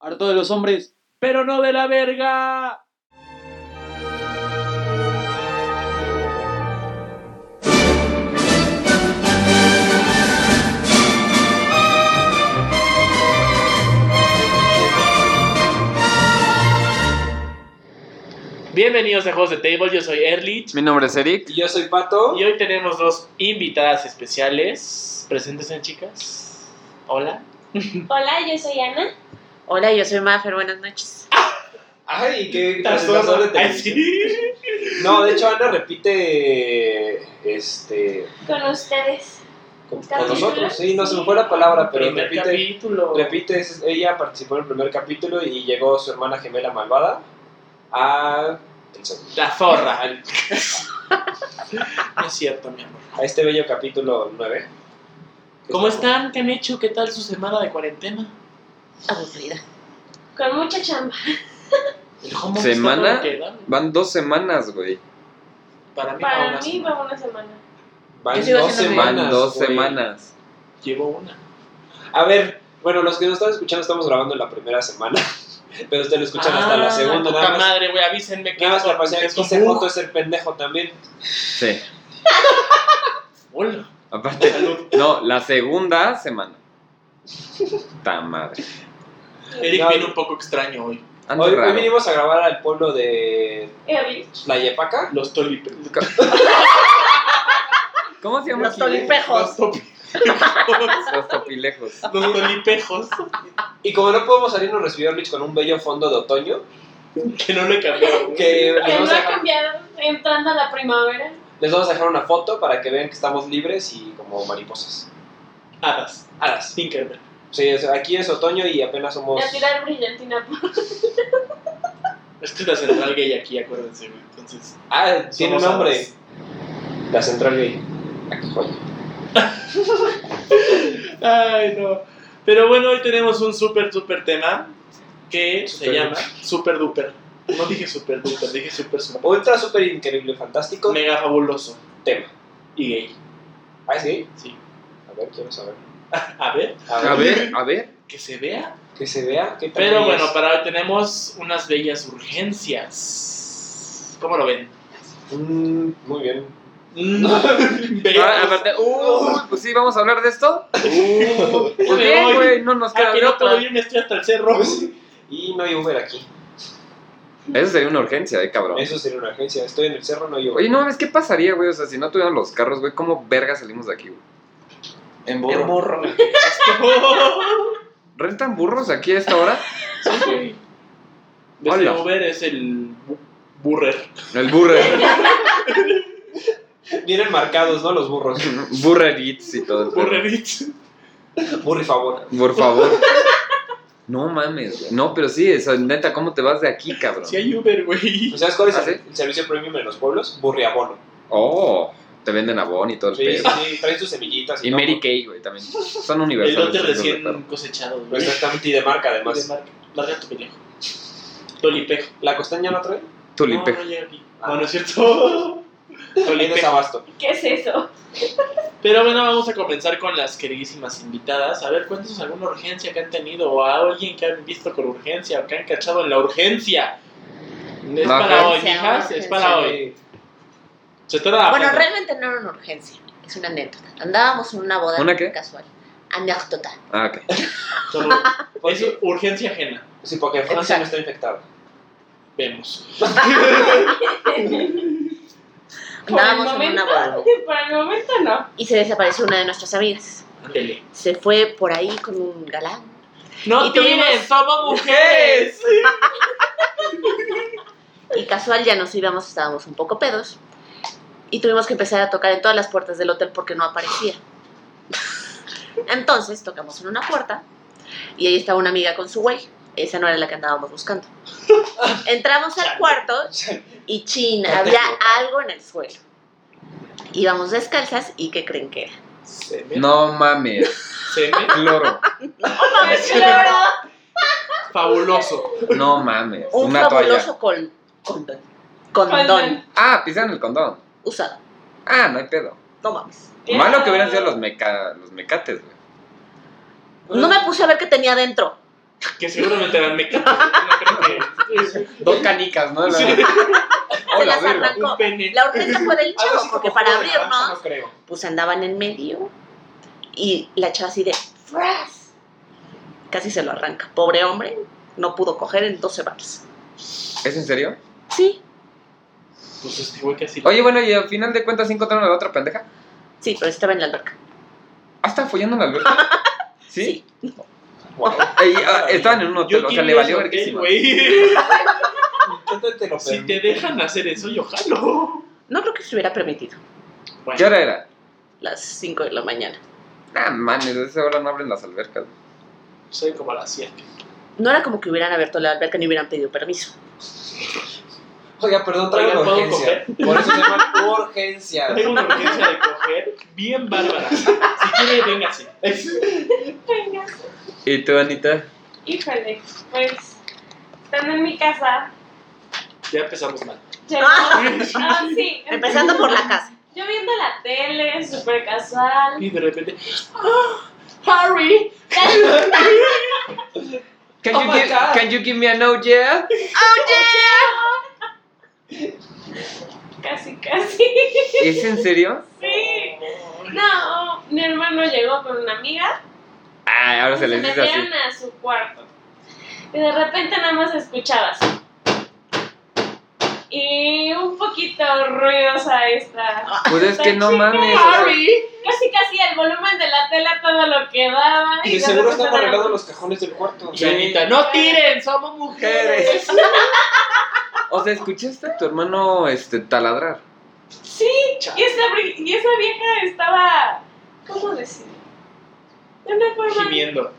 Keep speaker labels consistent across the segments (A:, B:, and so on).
A: harto de los hombres, pero no de la verga.
B: Bienvenidos a Juegos de Table, yo soy Erlich
C: Mi nombre es Eric.
D: Y yo soy Pato.
B: y hoy tenemos dos invitadas especiales. Preséntense, chicas. Hola.
E: Hola, yo soy Ana.
F: Hola, yo soy Mafer, buenas noches.
D: Ay, qué presentador de
B: Ay,
D: televisión.
B: sí.
D: No, de hecho Ana repite este
E: Con ustedes.
D: con, con
E: Capítulo.
D: nosotros. Sí, no se me fue la palabra, pero
B: Primer
D: repite.
B: capítulo.
D: Repite, es- ella participó en el primer capítulo y llegó su hermana gemela malvada a el segundo,
B: La zorra. No es cierto, mi amor.
D: a este bello capítulo 9.
B: ¿Cómo están? ¿Qué han hecho? ¿Qué tal su semana de cuarentena?
F: Aburrida.
E: Con mucha chamba.
B: El home office
C: ¿Semana?
B: todo lo que da.
C: Van dos semanas, güey.
B: Para mí, va
E: Para
B: una
E: mí
B: semana.
E: va una semana.
F: Yo
D: Van
F: sigo
D: dos
F: haciendo
D: semanas.
C: Van dos
D: güey.
C: semanas.
B: Llevo una.
D: A ver, bueno, los que nos están escuchando estamos grabando en la primera semana, pero ustedes lo escuchan hasta la segunda
B: puta
D: nada más.
B: Ah, madre, güey, avísenme que
D: Nada más
B: es-
D: para pasar
B: que es
D: aquí
B: un
D: se
B: bug.
D: foto es el pendejo también.
C: Sí.
B: Hola.
C: Aparte, no, la segunda semana. Ta madre.
B: Eric
D: No.
B: viene un poco extraño hoy.
C: Ando
D: Hoy, hoy
C: raro.
D: vinimos a grabar al pueblo de
E: Early.
D: La Yepaca.
B: Los tolipes.
C: ¿Cómo se llama?
F: Los
B: Los
C: aquí?
F: tolipejos.
B: tolipejos.
C: Los topilejos.
B: Los tolipejos.
D: Y como no podemos salir, nos recibió Rich con un bello fondo de otoño.
B: Que no le cambiaron.
D: Que les
E: Que no
D: vamos, a
E: ha
D: dejar,
E: cambiado entrando a la primavera.
D: les vamos a dejar una foto para que vean que estamos libres y como mariposas.
B: Hadas.
D: Alas.
B: Sin Tinkerbell.
D: Sí, es- aquí es otoño y apenas somos.
B: Pues-
E: Y a tirar brillantina. por-
B: Es que es la central gay aquí, acuérdense, güey. Entonces.
D: Ah, tiene
B: somos
D: nombre.
B: hadas.
D: La central gay. Aquí, joya.
B: Ay, no. Pero bueno, hoy tenemos un súper, súper tema que se
D: Súper.
B: llama Super Duper. No dije super duper, dije super super.
D: Ultra, súper increíble, fantástico
B: Mega fabuloso
D: tema.
B: y gay.
D: ¿Ah, sí?
B: Sí.
D: A ver, quiero saber.
B: A ver,
D: A ver,
C: A ver, a ver.
B: que se vea.
D: que se vea. qué tal
B: Pero
D: es.
B: bueno, para hoy tenemos unas bellas urgencias. ¿Cómo lo ven?
D: Mm, muy bien.
B: Mm,
C: Ah,
B: veamos.
C: aparte, uh, pues sí, vamos a hablar de esto. Uh, pues
B: Me
C: bien,
B: voy.
C: güey, no nos
B: Ah,
C: queda
B: que
C: de
B: no,
C: otra.
B: todavía me estoy hasta el cerro.
D: Y no hay Uber aquí.
C: Eso sería una urgencia, eh, cabrón.
D: Eso sería una agencia. Estoy en el cerro, no hay Uber.
C: Oye, no mames, ¿qué pasaría, güey? O sea, si no tuvieran los carros, güey, ¿cómo verga salimos de aquí, güey?
D: en
B: El morro.
C: ¿Rentan burros aquí a esta hora?
B: Sí, güey.
C: Hola.
B: Ese Uber es el bu- burrer.
C: El burrer.
D: Vienen marcados, ¿no? Los burros.
C: Burrer Eats y todo. eso.
B: Burreritz.
D: Burri favor.
C: Por favor. No mames, güey. No, pero sí, o sea, neta, ¿cómo te vas de aquí, cabrón?
B: Si hay Uber, güey.
D: ¿Sabes cuál es
C: ¿Ah,
D: el,
C: sí?
D: el servicio premium en los pueblos? Burri abono.
C: Oh, te venden abón y todo el
D: Sí, sí,
C: pedo.
D: sí. Traen sus semillitas.
C: Y
D: todo.
C: Mary Kay, güey, también. Son
B: El
C: universales.
B: lote
C: esos de
B: recién
C: perro.
B: cosechado, güey.
D: Exactamente, y de marca
B: De
D: Pues, además.
B: marca. Larga tu pendejo. Tolipejo.
D: ¿La costeña no trae?
C: Tulipe.
B: No, no llega aquí. Ah, No, no es cierto.
D: Ahí
B: Tolipejo.
D: desabasto.
E: ¿Qué es eso?
B: Pero bueno, vamos a comenzar con las queridísimas invitadas. A ver, cuéntanos alguna urgencia que han tenido o a alguien que han visto con urgencia o que han cachado en la urgencia. Es
C: Va,
B: para hoy,
F: urgencia, una
B: hijas, es
F: urgencia.
B: para hoy.
D: Eh,
B: Se está
F: Bueno,
B: adaptando.
F: realmente no era una urgencia, es una anécdota. Andábamos en una boda
C: ¿Una qué?
F: casual. Anécdota.
C: Ah, ok.
B: Solo-
D: ¿Por
B: es urgencia ajena.
D: Sí, porque Francia no está infectada.
B: Vemos.
E: Por el
F: Andábamos en una
E: momento,
F: boda
E: por el momento no.
F: y se desapareció una de nuestras amigas.
B: Ándele.
F: Se fue por ahí con un galán.
B: No
F: Y tuvimos-
B: tienen, somos mujeres.
F: Y casual ya nos íbamos, estábamos un poco pedos. Y tuvimos que empezar a tocar en todas las puertas del hotel porque no aparecía. Entonces tocamos en una puerta y ahí estaba una amiga con su güey. Esa no era la que andábamos buscando. Entramos al cuarto y chin, había algo en el suelo. Íbamos descalzas y ¿qué creen que era?
B: Semen.
C: No mames.
B: Semen.
C: Cloro.
E: Es claro.
B: Fabuloso.
C: No mames.
F: Un
C: Una toalla.
F: fabuloso col- condón. Condón.
E: Condón.
C: Ah, pisan el condón.
F: Usado.
C: Ah, no hay pedo.
F: No mames.
C: Malo que hubieran sido los, meca los mecates, güey.
F: No me puse a ver qué tenía dentro.
B: que seguramente eran mecánicos. No creo que.
C: Dos canicas, ¿no?
B: Sí.
F: Se
C: Hola,
F: las
C: verga.
F: arrancó.
B: Un pene.
F: La horneta fue del
D: Algo
F: chavo,
D: así
F: porque
D: como jugo
F: para
D: de naranja,
F: abrirnos,
D: No creo.
F: pues andaban en medio. Y la chava así de ¡fras! Casi se lo arranca. Pobre hombre, no pudo coger en 12 balas.
C: ¿Es en serio?
F: Sí,
B: Pues este güey casi.
C: Oye, bueno, y al final de cuentas sí encontraron a la otra pendeja.
F: sí, pero estaba en la alberca.
C: Ah, estaba follando en la alberca. ¿Sí?
D: Wow.
C: Ey, ah, estaban en un
B: Yo
C: hotel, o sea,
B: quiero
C: le valió
B: ese hotel,
C: verguísima.
B: güey.
D: Entonces te lo
B: Si
D: permito.
B: te dejan hacer eso, yo jalo.
F: No creo que se hubiera permitido.
B: Bueno,
C: ¿Qué hora era?
F: Las 5 de la mañana.
C: Ah, mames, a esa hora no abren las albercas.
B: soy como a las 7.
F: No era como que hubieran abierto la alberca ni hubieran pedido permiso.
D: Oiga, perdón,
B: Oiga,
D: traigo una
B: ¿puedo
D: urgencia. Por eso se llama urgencia.
B: Tengo una urgencia de coger bien bárbara. Si quiere, véngase.
E: Venga.
C: ¿Y tú, Anita?
E: Híjole, pues estando en mi casa,
B: Ya empezamos mal.
E: llegó. Ah, sí.
F: Empezando por la casa.
E: Yo viendo la tele, súper casual.
B: Y de repente,
E: ¡Harry!
C: Can,
D: Oh
C: you
D: my
C: give,
D: God.
C: can you give me a no, yeah?
E: Casi, casi.
C: ¿Es en serio?
E: Sí. No, mi hermano llegó con una amiga.
C: Ah, ahora se les dice así.
E: metieron a su cuarto. Y de repente nada más escuchabas. Y un poquito ruidosa esta.
C: Pues es que no
E: Chica.
C: mames.
E: Casi, casi el volumen de la tela todo lo que daba.
D: Y de
E: de
D: seguro
E: repente
D: están
E: nada
D: arreglando
E: más-
D: los cajones del cuarto.
B: y Anita, no tiren, somos mujeres.
C: O sea, ¿escuchaste a tu hermano este, taladrar?
E: Sí, y esa, bri- y esa vieja estaba. ¿Cómo decir? De una forma.
B: Gimiendo.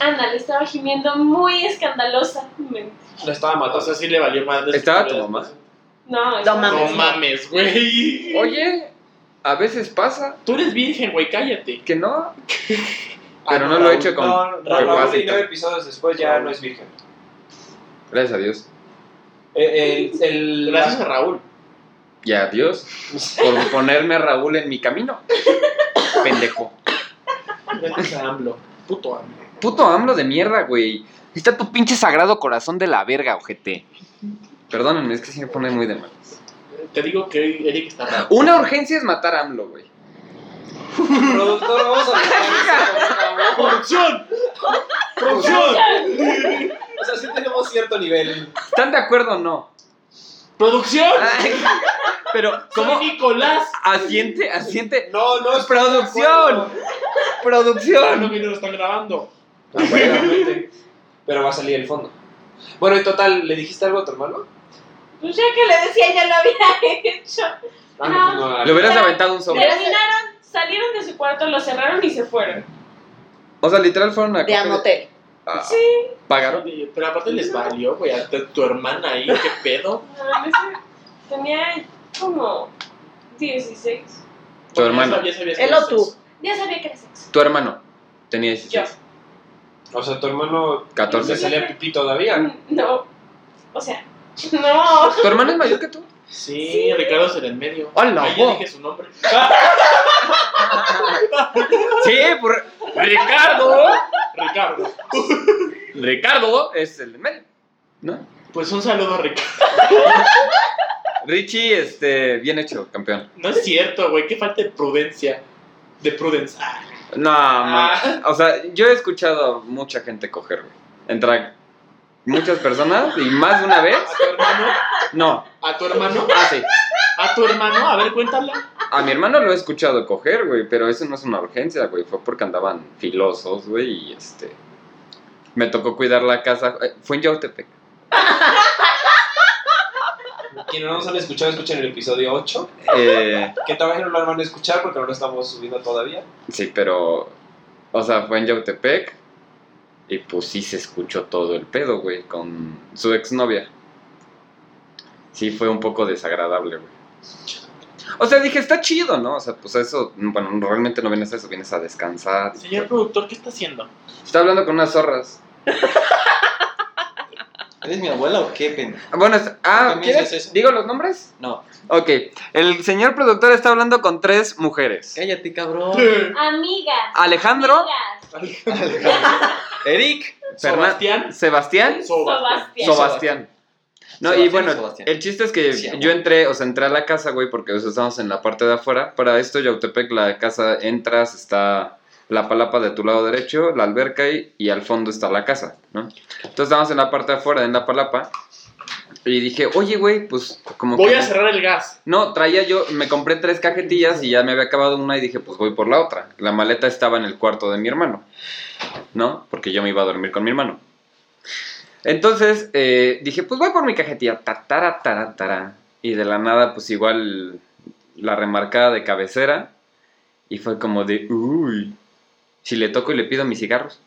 E: Ándale, estaba gimiendo muy escandalosamente.
D: Lo estaba
B: O
D: matando.
B: sea, sí le valió madre.
C: ¿Estaba tu mamá?
E: No,
F: No mames.
B: No mames, güey.
C: Oye, a veces pasa
B: Tú eres virgen, güey, cállate.
C: que no.
D: Ah,
C: Pero no lo he hecho con
D: No, no, Raúl y
C: propósito.
D: nueve episodios después ya no es virgen.
C: Gracias a Dios.
D: Eh, El, el,
B: Gracias a Raúl.
C: Y a Dios por ponerme a Raúl en mi camino. Pendejo.
B: Gracias a AMLO. Puto AMLO.
C: Puto AMLO de mierda, güey. Está tu pinche sagrado corazón de la verga, ojete. Perdónenme, es que sí me pone muy de mal.
B: Te digo que hoy Eric está raro.
C: Una urgencia es matar a AMLO, güey.
D: productor, vamos a dejar eso, por favor.
B: ¡Producción!
D: ¡Producción! O sea, sí tenemos cierto nivel.
C: ¿Están de acuerdo o no?
B: ¡Producción!
C: Ay, Pero, Ah, ¿cómo?
B: Soy Nicolás.
C: Asiente, asiente.
D: No, no es
C: ¡Producción!
B: Ah, no,
C: ¡Producción!
B: que no lo están grabando.
D: No, probablemente. Ah, Pero va a salir el fondo. Bueno, en total, ¿le dijiste algo a tu hermano?
E: Pues ya que le decía, ya lo había hecho.
D: Ah,
E: No.
C: Le hubieras
E: Pero-
C: aventado un sobre.
E: Terminaron, salieron de su cuarto, lo cerraron y se fueron.
C: O sea, literal fueron a.
F: De a motel.
C: Ah,
E: Sí.
C: ¿Pagaron?
B: Oye, Pero aparte les valió, güey. a tu- tu hermana ahí, qué pedo.
E: No, en ese- Tenía como 16.
C: Tu
B: Ya
C: hermano.
B: sabías que
F: Él
B: era
F: o tú.
B: sexo.
E: Ya sabía que era sexo.
C: Tu hermano. Tenía 16.
D: O sea, tu hermano le
C: 14.
D: salía pipí todavía.
E: No. O sea, no.
C: ¿Tu hermano es mayor que tú?
B: Sí,
E: Sí.
B: Ricardo es en el medio.
C: ¡Hola,
B: Ahí ya
C: vos!
B: dije su nombre.
C: Sí, por... Ricardo.
B: Ricardo.
C: Ricardo es el de medio. ¿No?
B: Pues un saludo, Ricardo.
C: Richie, este, bien hecho, campeón.
B: No es cierto, güey. Qué falta de prudencia. De Ah, prudence. Ah,
C: No, man. O sea, yo he escuchado a mucha gente coger, güey. Entre muchas personas y más de una vez.
B: a tu hermano.
C: No.
B: A tu hermano.
C: Ah, sí.
B: A tu hermano. A ver, cuéntala.
C: A mi hermano lo he escuchado coger, güey, pero eso no es una urgencia, güey. Fue porque andaban filosos, güey, y este. Me tocó cuidar la casa. Eh, Fue en Yautepec.
D: Quienes no nos han escuchado, escuchen el episodio 8.
C: Eh,
D: Que tal vez no lo van a escuchar porque no lo estamos subiendo todavía.
C: sí, pero. O sea, fue en Yautepec. Y pues sí se escuchó todo el pedo, güey, con su exnovia. Sí, fue un poco desagradable, güey. O sea, dije, está chido, ¿no? O sea, pues a eso, bueno, realmente no vienes a eso, vienes a descansar.
A: pues.
B: Señor productor, ¿qué está haciendo?
C: Está hablando con unas zorras.
A: ¿Eres mi abuela o qué, pendejo?
C: Bueno, es- ah,
A: ¿También
C: ¿quieres?
A: es eso?
C: ¿Digo los nombres?
A: No.
C: Ok. El señor productor está hablando con tres mujeres.
A: Cállate, cabrón.
G: Amigas.
C: Alejandro,
G: Amigas.
A: Eric.
C: Fernan-
B: Sebastián.
C: Sebastián,
E: Sebastián.
C: Sebastián. No, y
A: Sebastián,
C: bueno,
A: Sebastián.
C: el chiste es que
A: Sí, amor.
C: yo entré, o sea, entré a la casa, güey, porque o sea, estamos en la parte de afuera. Para esto, Yautepec, la casa, entras, está la palapa de tu lado derecho, la alberca y, y al fondo está la casa, ¿no? Entonces estábamos en la parte de afuera, en la palapa, y dije, oye, güey, pues como
B: Voy
C: que...
B: a cerrar el gas.
C: No, traía yo, me compré tres cajetillas y ya me había acabado una y dije, pues voy por la otra. La maleta estaba en el cuarto de mi hermano, ¿no? Porque yo me iba a dormir con mi hermano. Entonces eh, dije, pues voy por mi cajetilla, tatara, tara, tara. Y de la nada, pues igual la remarcada de cabecera. Y fue como de, uy, si le toco y le pido mis cigarros.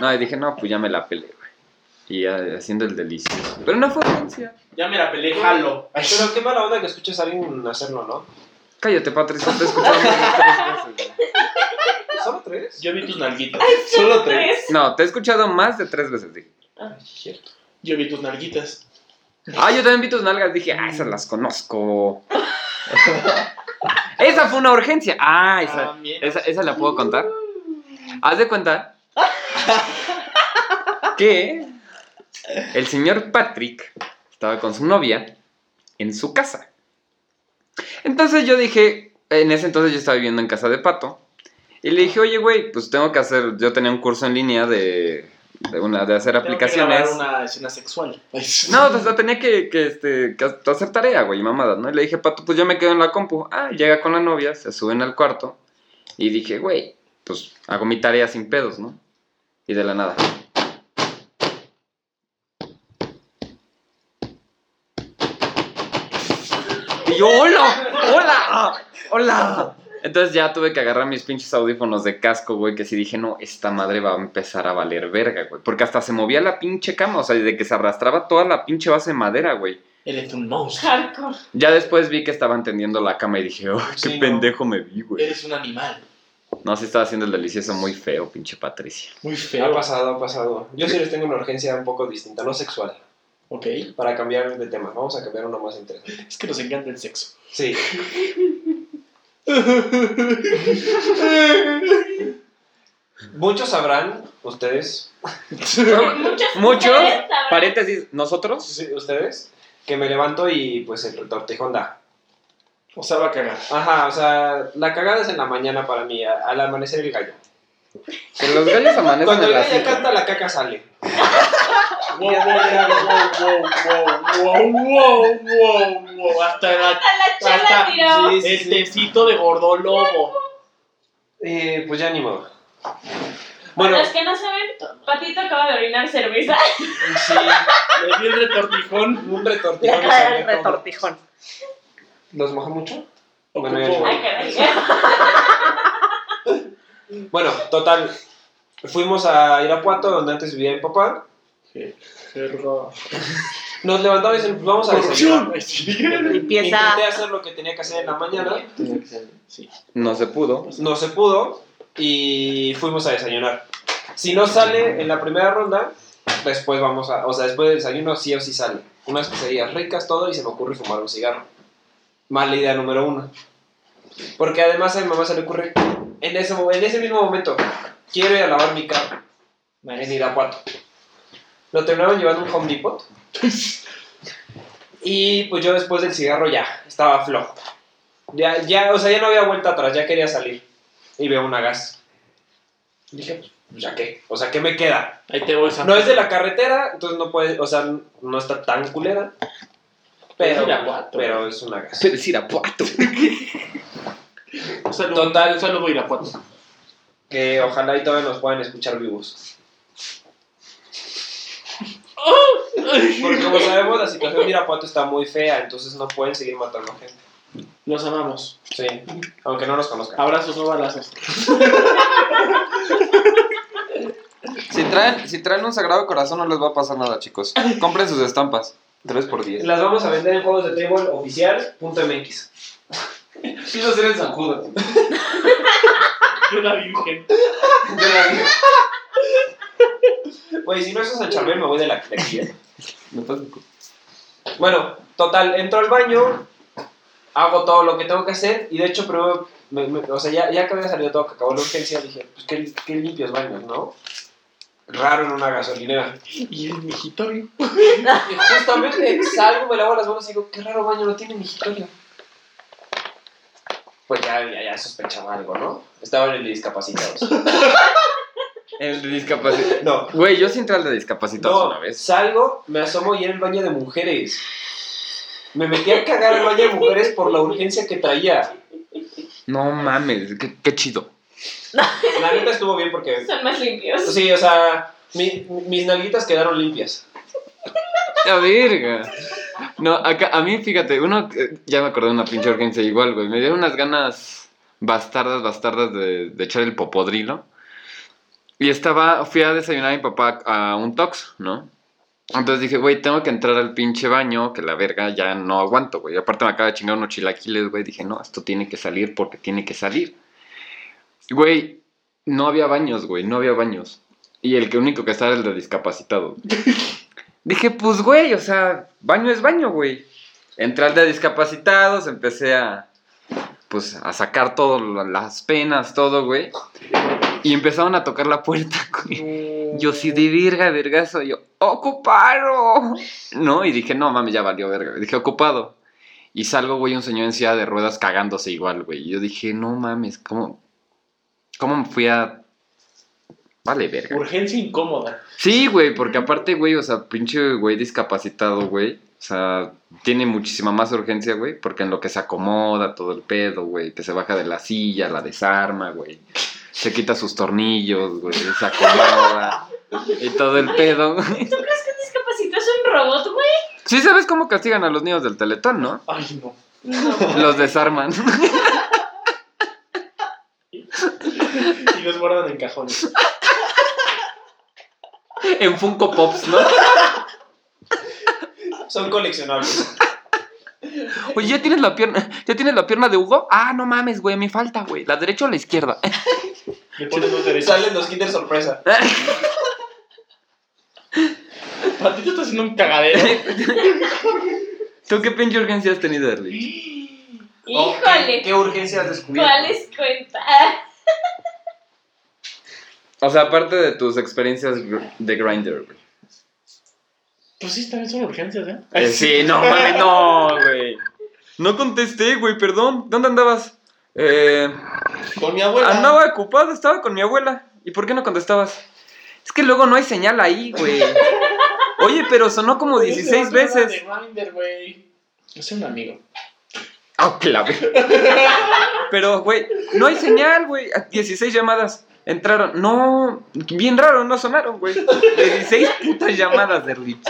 C: no, y dije, no, pues ya me la pelé, güey. Y ya, haciendo el delicioso. Pero no fue urgencia.
B: Ya me la peleé, jalo.
D: Pero qué mala onda que escuches a alguien hacerlo, ¿no?
C: Cállate, Patricio, te he escuchado más de tres veces. güey.
D: ¿Solo tres?
B: Yo vi tus nalguitas.
A: Solo tres.
E: Tres.
C: No, te he escuchado más de tres veces, dije.
B: Yo vi tus nalguitas.
C: Ah, yo también vi tus nalgas, dije, ah, esas las conozco. esa fue una urgencia. Ah, esa,
B: Ah, mierda.
C: esa, esa la puedo contar. Haz de cuenta que el señor Patrick estaba con su novia en su casa. Entonces yo dije, en ese entonces yo estaba viviendo en casa de Pato. Y le dije, oye, güey, pues tengo que hacer, yo tenía un curso en línea de, de una, de hacer
B: Tengo que grabar
C: aplicaciones.
B: una escena sexual.
C: No, pues, o sea, tenía que, que, este, que hacer tarea, güey, mamada, ¿no? Y le dije, Pato, pues yo me quedo en la compu. Ah, llega con la novia, se suben al cuarto. Y dije, güey, pues hago mi tarea sin pedos, ¿no? Y de la nada. Y yo, hola, hola, hola. Entonces ya tuve que agarrar mis pinches audífonos de casco, güey, que si dije, no, esta madre va a empezar a valer verga, güey. Porque hasta se movía la pinche cama, o sea, de que se arrastraba toda la pinche base de madera, güey.
B: Eres un monstruo.
E: Hardcore.
C: Ya después vi que estaban tendiendo la cama y dije, oh, qué
D: Sí, no.
C: pendejo me vi, güey.
B: Eres un animal.
C: No, sí estaba haciendo el delicioso muy feo, pinche Patricia.
B: Muy
D: Ha
B: feo.
D: pasado, ha pasado. Yo sí les tengo una urgencia un poco distinta, no sexual.
B: Ok.
D: Para cambiar de tema. Vamos a cambiar uno más en tres.
B: Es que nos encanta el sexo.
D: Sí. Muchos sabrán, ustedes,
C: Muchos,
G: mujeres sabrán.
C: paréntesis, nosotros.
D: sí, ustedes, que me levanto y pues el tortijón da.
B: O sea, va a cagar.
D: Ajá, o sea, la cagada es en la mañana para mí, a- al amanecer el gallo.
C: Que los gallos amanecen
D: Cuando
C: a
D: el
C: las
D: gallo
C: cinco.
D: canta, la caca sale.
B: Wow, wow, wow, wow, wow, wow, wow, wow, wow. Hasta la
G: Hasta la chela
B: Hasta-
G: tiró.
D: Sí, sí,
B: el
D: sí.
B: tecito de gordolobo.
D: Eh, pues ya ni modo.
E: Bueno,
D: Bueno,
E: los que no saben, Patito acaba de orinar cerveza.
D: sí,
B: Le di el retortijón.
D: un
F: Le
D: retortijón.
F: acaba de dar
D: sale
F: el
D: todo.
F: retortijón.
D: ¿Los moja mucho? Bueno, ya.
B: Ocupo-
E: Ay, caray.
D: Bueno, total. Fuimos a Irapuato, donde antes vivía mi papá.
B: Cerro.
D: Nos levantamos y decimos, pues vamos a desayunar. Intenté
F: Limpieza.
D: hacer lo que tenía que hacer en la mañana.
C: No se pudo.
D: No se pudo y fuimos a desayunar. Si no sale en la primera ronda, después vamos a... O sea, después del desayuno sí o sí sale. Unas quesadillas ricas, todo, y se me ocurre fumar un cigarro. Mala idea número uno. Porque además a mi mamá se le ocurre, en ese, mo- en ese mismo momento, quiero ir a lavar mi carro en Irapuato. Lo terminaron llevando a un Home Depot. Y pues yo después del cigarro ya, estaba flojo. Ya, ya, o sea, ya no había vuelta atrás, ya quería salir. Y veo una gas. Dije, pues, ¿ya qué? O sea, ¿qué me queda?
B: Ahí te voy, Sam.
D: No es de la carretera, entonces no puede, o sea, no está tan culera.
B: Es
D: Pero,
B: Irapuato.
D: pero es una gas.
C: Pero es Irapuato.
B: Un saludo,
D: Total.
B: un saludo Irapuato.
D: Que ojalá y todavía nos puedan escuchar vivos. Porque como sabemos, la situación de Irapuato está muy fea, entonces no pueden seguir matando gente.
B: Los amamos.
D: Sí, aunque no nos conozcan.
B: Abrazos, no este. balazos.
A: Si traen, si traen un sagrado corazón, no les va a pasar nada, chicos. Compren sus estampas. 3 por 10
D: Las vamos a vender en juegos de table oficial.mx.
A: Quiero ser el San Judas.
B: Yo la virgen.
D: Güey, si no es San Charbel, me voy de la de aquí, eh.
H: Me pasa un poco.
D: Bueno, total, entro al baño, hago todo lo que tengo que hacer y de hecho primero, me- me- o sea, ya, ya que había salido todo, que acabó la urgencia, dije, pues qué, qué limpios baños, ¿no? Raro en una gasolinera.
B: Y el mejitorio.
D: Y justamente salgo, me lavo las manos y digo, qué raro baño, no tiene migitorio. Pues ya, ya, ya sospechaba algo, ¿no? Estaban en discapacitados.
C: El de discapacitados.
D: No,
C: Güey, yo sí entré al de discapacitados
D: no,
C: una vez.
D: salgo, me asomo y era el baño de mujeres. Me metí a cagar al baño de mujeres por la urgencia que traía.
C: No mames, qué, qué chido.
D: La neta estuvo bien porque.
E: Son más limpios.
D: Sí, o sea, mi- mis nalguitas quedaron limpias.
C: La verga. No, acá, a mí, fíjate, uno, eh, ya me acordé de una pinche urgencia igual, güey. Me dieron unas ganas bastardas, bastardas de, de echar el popodrilo. Y estaba, fui a desayunar a mi papá a un tox, ¿no? Entonces dije, güey, tengo que entrar al pinche baño, que la verga ya no aguanto, güey. Aparte me acaba de chingar unos chilaquiles, güey. Dije, no, esto tiene que salir porque tiene que salir. Güey, no había baños, güey, no había baños. Y el que único que estaba era el de discapacitado. Dije, pues, güey, o sea, baño es baño, güey. Entré al de discapacitados, empecé a, pues, a sacar todas las penas, todo, güey. Y empezaron a tocar la puerta, güey. Yo sí de virga, vergazo, yo, ¡ocupado! No, y dije, no, mames, ya valió verga. Dije, ocupado. Y salgo, güey, un señor en silla de ruedas cagándose igual, güey. Y yo dije, no mames, ¿cómo? ¿Cómo me fui a...? Vale, verga.
B: Urgencia incómoda.
C: Sí, güey, porque aparte, güey, o sea, pinche güey discapacitado, güey. O sea, tiene muchísima más urgencia, güey, porque en lo que se acomoda todo el pedo, güey, que se baja de la silla, la desarma, güey. Se quita sus tornillos, güey, se acomoda. y todo el pedo. güey.
E: ¿Tú crees que un discapacitado es un robot, güey?
C: Sí, sabes cómo castigan a los niños del Teletón, ¿no?
B: Ay, no.
C: Los desarman.
B: Y los guardan en cajones.
C: en Funko Pops, ¿no?
D: Son coleccionables.
C: Oye, ¿ya tienes la pierna? ¿Ya tienes la pierna de Hugo? Ah, no mames, güey, me falta, güey. ¿La derecha o la izquierda?
B: Le ponen los derechos.
D: Salen los Kinder sorpresa.
B: Patito está haciendo un cagadero.
C: ¿Tú qué pinche urgencia has tenido, Erlich?
E: Híjole.
D: ¿Qué urgencia has descubierto?
E: ¿Cuáles cuentas?
C: O sea, aparte de tus experiencias gr- de Grindr, güey.
B: Pues sí, también son urgencias, ¿eh?
C: Eh, sí, no, mames, no, güey. No contesté, güey, perdón. ¿Dónde andabas? Eh,
B: Con mi abuela.
D: Ah,
C: andaba ocupado, estaba con mi abuela. ¿Y por qué no contestabas? Es que luego no hay señal ahí, güey. Oye, pero sonó como 16 veces.
B: Es un amigo.
C: Ah, clave. Pero, güey, no hay señal, güey. A 16 llamadas entraron. No, bien raro, no sonaron, güey. 16 putas llamadas de Rich.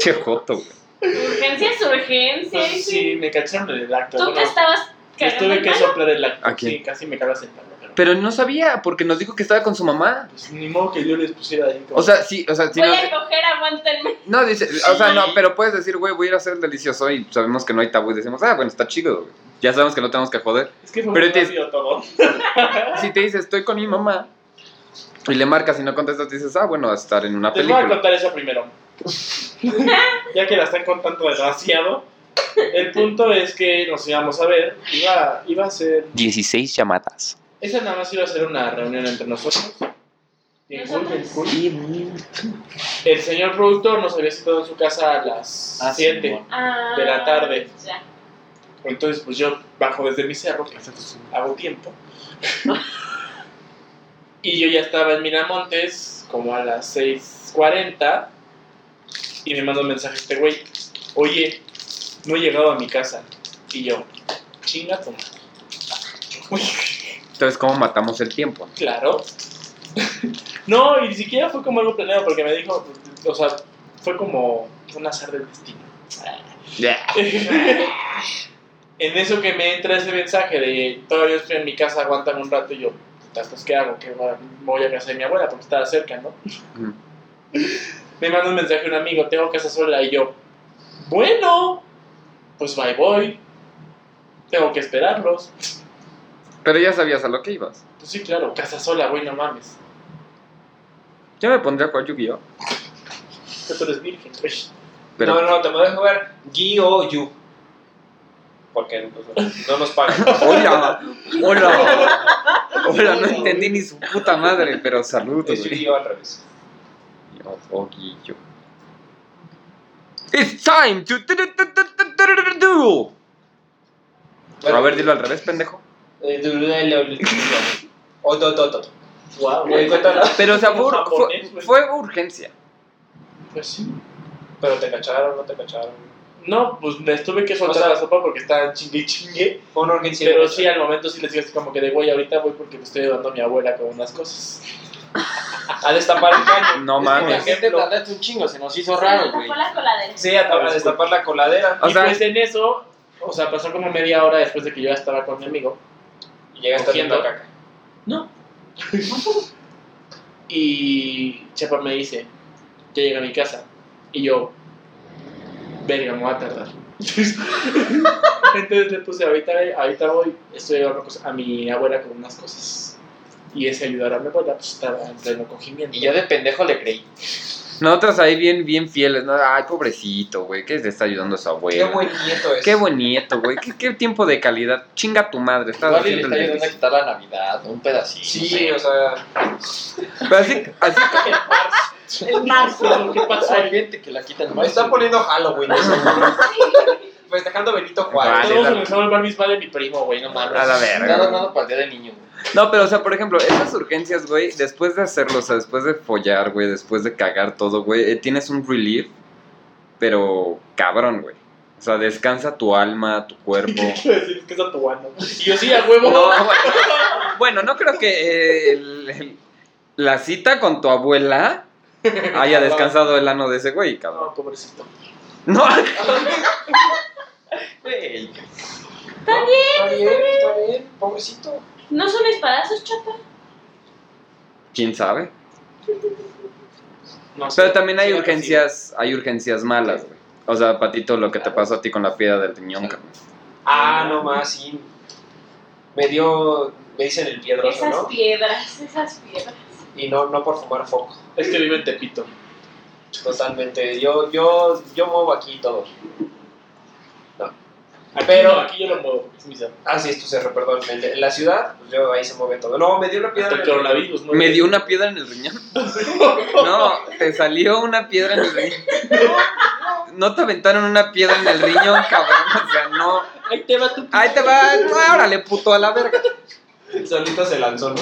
C: Che joto, güey.
E: Urgencia es urgencia.
B: Pues Sí,
E: sí.
B: me cacharon en el acto.
E: Tú
B: bueno,
E: te estabas
B: les
E: cagando.
B: tuve que soplar el acto.
C: ¿A quién?
B: Sí, casi me cago sentando. Pero,
C: Pero no sabía, porque nos dijo que estaba con su mamá.
B: pues ni modo que yo les pusiera ahí. como-
C: O sea, sí, o sea, sí.
E: Voy
C: No,
E: a coger, aguántenme.
C: no, dice, o sea, no, pero puedes decir, güey, voy a ir a hacer el delicioso y sabemos que no hay tabú y decimos, ah, bueno, está chido, güey. Ya sabemos que no tenemos que joder.
B: es que fue
C: pero
B: muy
C: te-
B: rápido todo.
C: Si te dices, estoy con mi mamá y le marcas y no contestas, dices, ah, bueno, a estar en una
B: Te voy a
C: película.
B: contar eso primero. ya que la están contando demasiado. El punto es que nos íbamos a ver. Iba, iba a ser.
H: 16 llamadas.
B: Esa nada más iba a ser una reunión entre nosotros. Bien cool, bien cool. El señor productor nos había citado en su casa a las 7.
E: Ah,
B: De la tarde.
E: Ya.
B: Entonces, pues yo bajo desde mi cerro, que hago tiempo. y yo ya estaba en Miramontes, como a las 6:40. Y me manda un mensaje este güey: Oye, no he llegado a mi casa. Y yo, chinga tu madre". Uy,
C: Entonces, ¿cómo matamos el tiempo?
B: claro. no, y ni siquiera fue como algo planeado, porque me dijo, o sea, fue como un azar del destino.
C: Ya.
B: en eso que me entra ese mensaje de todavía estoy en mi casa, aguantan un rato y yo, puta, pues ¿qué hago? Que voy a casa de mi abuela porque estaba cerca, ¿no?
C: Ujú.
B: me manda un mensaje un amigo, tengo casa sola y yo, bueno, pues bye voy, tengo que esperarlos.
C: Pero ya sabías a lo que ibas.
B: Pues sí, claro, casa sola, güey, no mames.
C: Yo me pondría a jugar Yu-Gi-Oh!
B: Que tú eres virgen, güey.
C: Pero
D: No, no, te puedes jugar Gi o Yu. Porque pues, no nos pagan.
C: Hola, hola, hola, no entendí ni su puta madre, pero saludos,
D: es oh,
C: güey.
D: Yu-Gi-Oh al revés.
C: Yo, Oguillo. It's time to tu- tu- tu- tu- tu- tu- tu- tu- tu. Pero a ver, dilo al revés, pendejo.
D: Eh, du- du- du- du- O to, to, to.
B: Guau,
D: Me di cuenta, ¿no?
C: Pero o sea, fue, ur-
B: Japonés,
C: fue-
B: güey.
C: fue urgencia.
B: Pues sí.
D: Pero te cacharon, no te cacharon.
B: No, pues les tuve que soltar
D: O sea,
B: la sopa porque estaban chingue y chingue.
D: Fue una urgencia.
B: pero sí, al momento sí les dije así como que de güey, ahorita voy porque me estoy ayudando a mi abuela con unas cosas.
D: A destapar el caño.
C: No
B: Por
I: La
C: mames.
I: gente
B: ejemplo.
I: tardaste un chingo, se nos hizo raro, güey.
E: Tapó la coladera.
D: Sí, a, a destapar la coladera.
C: O
B: y
C: sea-
B: pues en eso, o sea, pasó como media hora después de que yo ya estaba con mi amigo.
D: Y llegaste viendo
B: Cogiendo.
D: caca.
B: Y Chepa me dice, ya llegué a mi casa. Y yo, verga, me voy a tardar. Entonces le puse, ahorita, ahorita voy, estoy ayudando cos- a mi abuela con unas cosas. Y ese ayudar a mi abuela, pues estaba en pleno cogimiento.
I: Y yo de pendejo le creí.
C: Nosotros ahí bien, bien fieles. ¿no? Ay, pobrecito, güey, que le está ayudando a su
D: Qué
C: abuela.
D: buen nieto es.
C: Qué buen nieto, güey. ¿Qué, qué tiempo de calidad. Chinga tu madre. Estás
I: Igual y le está
C: haciendo el
I: ayudando a
C: difícil.
I: quitar la Navidad, un pedacito. no
D: Sí,
I: sé.
D: o sea.
C: Pero así, así,
E: El marzo.
B: ¿Qué pasó?
I: Hay gente que la quita en
D: Me
I: marzo,
D: están
I: güey.
D: poniendo Halloween. Festejando Benito
I: Ah,
D: Juárez.
C: Vale,
B: Todos
C: dale.
B: empezamos el bar mitzvah de mi primo, güey, no mames.
C: a la verga.
I: Nada, nada para el día del niño, güey.
C: No, pero o sea, por ejemplo, esas urgencias, güey, después de hacerlo, o sea, después de follar, güey, después de cagar todo, güey, eh, tienes un relief, pero cabrón, güey. O sea, descansa tu alma, tu cuerpo.
B: Quiero decir, es que es atuano. Y yo sí, a huevo.
C: No, bueno, bueno, no creo que eh, el- el- la cita con tu abuela haya descansado el ano de ese güey, cabrón.
B: No, pobrecito.
C: No,
E: Está bien.
D: Está bien, está bien. Pobrecito.
E: No son espadazos, chapa.
C: quién sabe.
B: No sé.
C: Pero también hay
B: Sí,
C: urgencias, hay urgencias malas, güey. O sea, patito, lo que te pasó a ti con la piedra del riñón, cabrón.
D: Ah, no más, sí. Me dio. Me dicen el piedroso,
E: Esas
D: ¿no?
E: piedras, esas piedras.
D: Y no, no por fumar foco.
B: Es que vive en Tepito.
D: Totalmente. Yo, yo, yo muevo aquí todo.
B: Aquí
D: Pero-
B: no, aquí yo lo muevo, es mi santo.
D: Ah, sí, esto se perdón. En, en la ciudad, pues yo ahí se mueve todo. No, me dio una piedra.
B: Hasta
D: en
B: el
D: el-
B: coronavirus, ¿no?
C: Me dio una piedra en el riñón. No, te salió una piedra en el riñón. No te aventaron una piedra en el riñón, cabrón. O sea, no.
B: Ahí te va tu
C: Ahí te va. Árale, puto, a la verga.
D: Solito se lanzó, ¿no?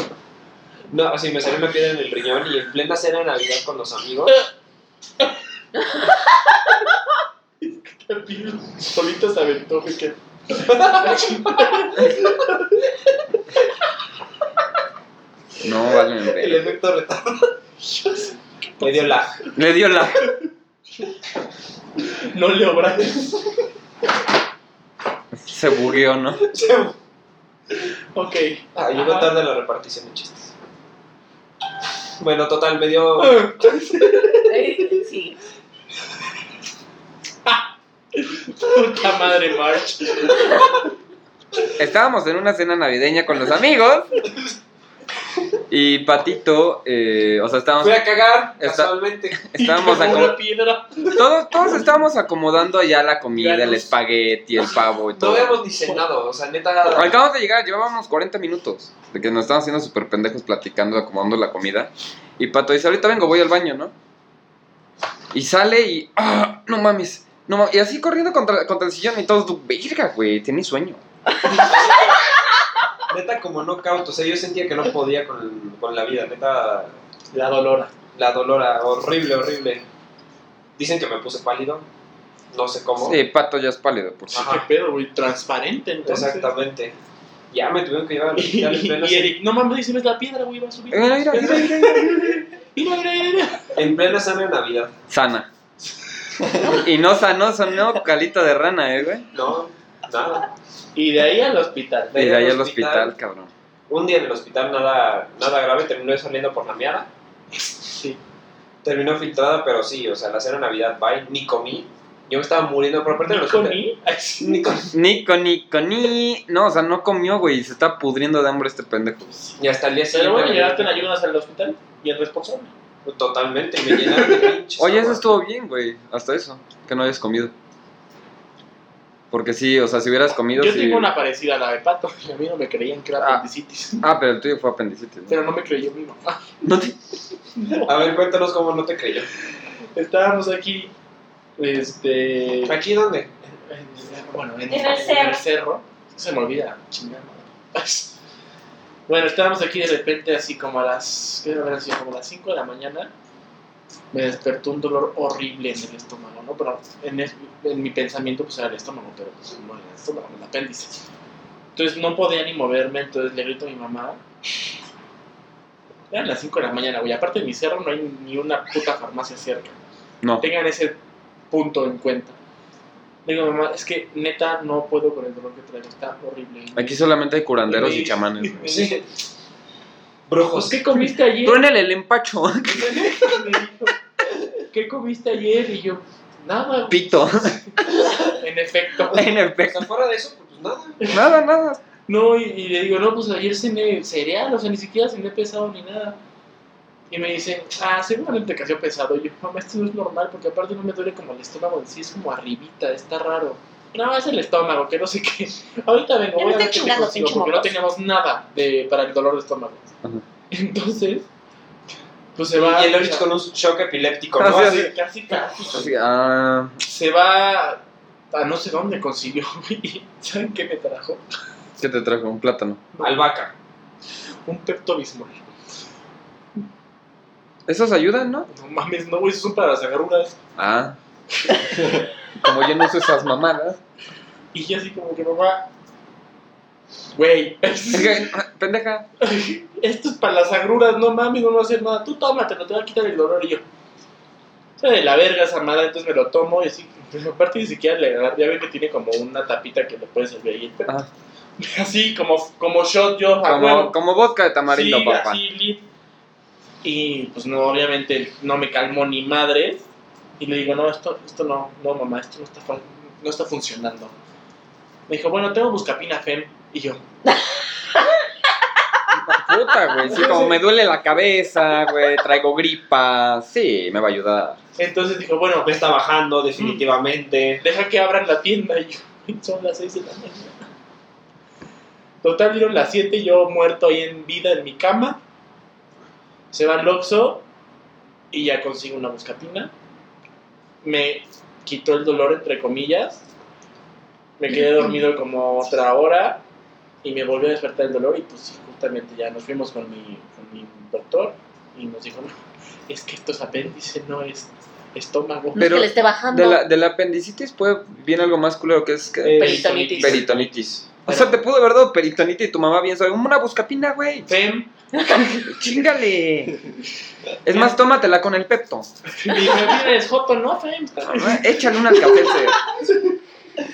D: No, sí, me salió una piedra en el riñón y en plena cena de Navidad con los amigos.
B: Tepito. Solito se aventó, güey, que...
C: No, valen
D: El
C: verga.
D: efecto retardo. me dio lag.
C: Le dio la.
B: No le obran.
C: Se bugueó, ¿no?
B: Ok.
D: Ah, llegó tarde a la repartición de chistes. Bueno, total, me dio.
F: Eh, Sí.
B: Puta madre, March.
C: Estábamos en una cena navideña con los amigos. Y Patito, eh, o sea, estábamos,
D: Fui a cagar
C: Está-
D: casualmente.
C: estábamos
B: Y con
C: acom-
B: una piedra.
C: todos, todos estábamos acomodando ya la comida, el espagueti, el pavo y
D: No
C: todo.
D: habíamos ni cenado, o sea, neta.
C: Acabamos de llegar, llevábamos 40 minutos de que nos estábamos haciendo súper pendejos platicando, acomodando la comida. Y Pato dice, ahorita vengo, voy al baño, ¿no? Y sale y, ah, no mames, no mames. Y así corriendo contra, contra el sillón y todos, "Du- verga, güey, tenía sueño.
D: Neta, como no cauto, o sea, yo sentía que no podía con, con la vida, neta.
B: La dolora.
D: La dolora, horrible, horrible. Dicen que me puse pálido, no sé cómo.
C: Sí, Pato ya es pálido, por cierto.
B: Qué pedo, güey. Transparente, entonces.
D: Exactamente. Ya me tuvieron que llevar al
B: Y,
D: hospital en plena,
B: y Eric, no mames, ahí se ves la piedra, güey, va a subir.
C: Mira, mira, mira, mira, mira.
B: Mira, mira, mira, mira.
D: en plena cena de Navidad.
C: Sana. Y no sanó, sonó calito de rana, eh, güey.
D: No, nada.
B: Y de ahí al hospital.
C: Y de ahí al hospital, cabrón.
D: Un día en el hospital nada, nada grave, terminó saliendo por la meada.
B: Sí.
D: Terminó filtrada, pero sí, o sea, la cena de Navidad, bye, ni comí. Yo me estaba muriendo, pero aparte en el
B: ¿Con
D: hospital.
B: I? Ay, sí.
D: Ni comí.
C: Nico, Nico, ni. No, o sea, no comió, güey. Se está pudriendo de hambre este pendejo.
D: Y hasta el día
B: Pero
D: siguiente.
B: bueno, llegaste en ayunas al hospital. Bien responsable.
D: Totalmente, me llenaron de pinches.
C: Oye, eso
D: aguas.
C: estuvo bien, güey. Hasta eso. Que no hayas comido. Porque sí, o sea, si hubieras comido.
B: Yo
C: sí-
B: tengo una parecida a la de Pato. Y a mí no me creían que era
C: Ah.
B: apendicitis.
C: Ah, pero el tuyo fue apendicitis. ¿no?
B: Pero no me creyó mi mamá.
C: No te-
D: A ver, cuéntanos cómo no te creyó.
B: Estábamos aquí. Este.
D: ¿Aquí dónde?
B: Bueno, en,
E: En el cerro.
B: cerro. Se me olvida, chingada madre. Bueno, estábamos aquí de repente, así como a las. ¿Qué habrán sido? Como a las 5 de la mañana. Me despertó un dolor horrible en el estómago, ¿no? Pero en, es- en mi pensamiento, pues era el estómago, pero pues, no era el estómago, era el apéndice. Entonces no podía ni moverme, entonces le grito a mi mamá. Eran las 5 de la mañana, güey. Aparte de mi cerro no hay ni una puta farmacia cerca
C: No.
B: tengan ese punto en cuenta. Le Digo, mamá, es que neta no puedo con el dolor que traigo, está horrible.
C: Aquí solamente hay curanderos y
B: Sí.
C: chamanes, güey.
B: Me dijo,
D: Brujos.
B: "Pues, ¿qué comiste ayer?
C: Truénale el empacho.
B: Me dijo, ¿Qué comiste ayer? Y yo, nada, güey".
C: Pito.
B: en efecto.
C: En
D: O
C: efecto.
D: sea, fuera de eso, pues nada.
C: Nada, nada.
B: No, y, y le digo, no, pues ayer cené cereal, o sea, ni siquiera cené pesado ni nada. Y me dice, ah, seguramente cayó pesado. Y yo, mamá, esto no es normal, porque aparte no me duele como el estómago en sí, es como arribita, está raro. No, es el estómago, que no sé qué. Ahorita vengo,
F: Ya
B: voy a
F: me
B: ver qué
F: estoy
B: te
F: chingando,
B: consigo,
F: pinche
B: porque no
F: mocoso.
B: teníamos nada de, para el dolor de estómago.
C: Ajá.
B: Entonces, pues se va...
D: y el Orix
B: ya-
D: con un shock epiléptico, ¿no?
C: Así,
D: Así.
B: Casi, casi.
C: Sí, ah,
B: Se va a no sé dónde consiguió, güey. ¿Saben qué me trajo?
C: ¿Qué te trajo? Un plátano.
D: Albahaca.
B: Un Pepto Bismol.
C: ¿Esos ayudan, no?
B: No mames, no, güey, esos son para las agarruras.
C: Ah. Como yo no uso esas mamadas.
B: Y yo así como que mamá. Güey,
C: Es que, ah, pendeja.
B: esto es para las agruras, no mames, no va a hacer nada. Tú tómate, no te va a quitar el dolor. Y yo, "Está de la verga esa madre, entonces me lo tomo. Y así, aparte ni siquiera le agarra- ya ven que tiene como una tapita que le puedes servir ahí.
C: Ah.
B: Así, como, como shot yo, a huevo.
C: Como, como vodka de tamarindo,
B: Ah, Sí,
C: papá.
B: así, lit. Y pues no, obviamente no me calmó ni madres. Y le digo, no, esto, esto no, no mamá, esto no está, fa- no está funcionando. Me dijo, bueno, tengo buscapina FEM. Y yo,
C: Puta, güey. Sí, como me duele la cabeza, güey. Traigo gripa. Sí, me va a ayudar.
B: entonces dijo, bueno,
D: Me está bajando, definitivamente.
B: deja que abran la tienda. Y yo, son las 6 de la mañana. Total, dieron las 7, yo muerto ahí en vida en mi cama. Se va al Oxxo y ya consigo una buscapina. Me quitó el dolor, entre comillas. Me quedé dormido como otra hora y me volvió a despertar el dolor. Y pues sí, justamente ya nos fuimos con mi, con mi doctor y nos dijo: No, es que esto es apéndice, no es estómago.
F: No es
C: Pero
F: que le esté bajando.
C: De la, de la apendicitis puede viene algo más culero que es
B: Eh,
C: que
F: Peritonitis.
C: peritonitis. O sea, te pudo haber dado peritonitis y tu mamá bien sabe. Una buscapina, güey.
B: Fem,
C: Chingale. Es más, tómatela con el pepto.
B: mi bebida es Joto, ¿no, Fem?
C: Échale una al café.
D: ¿Sabes qué?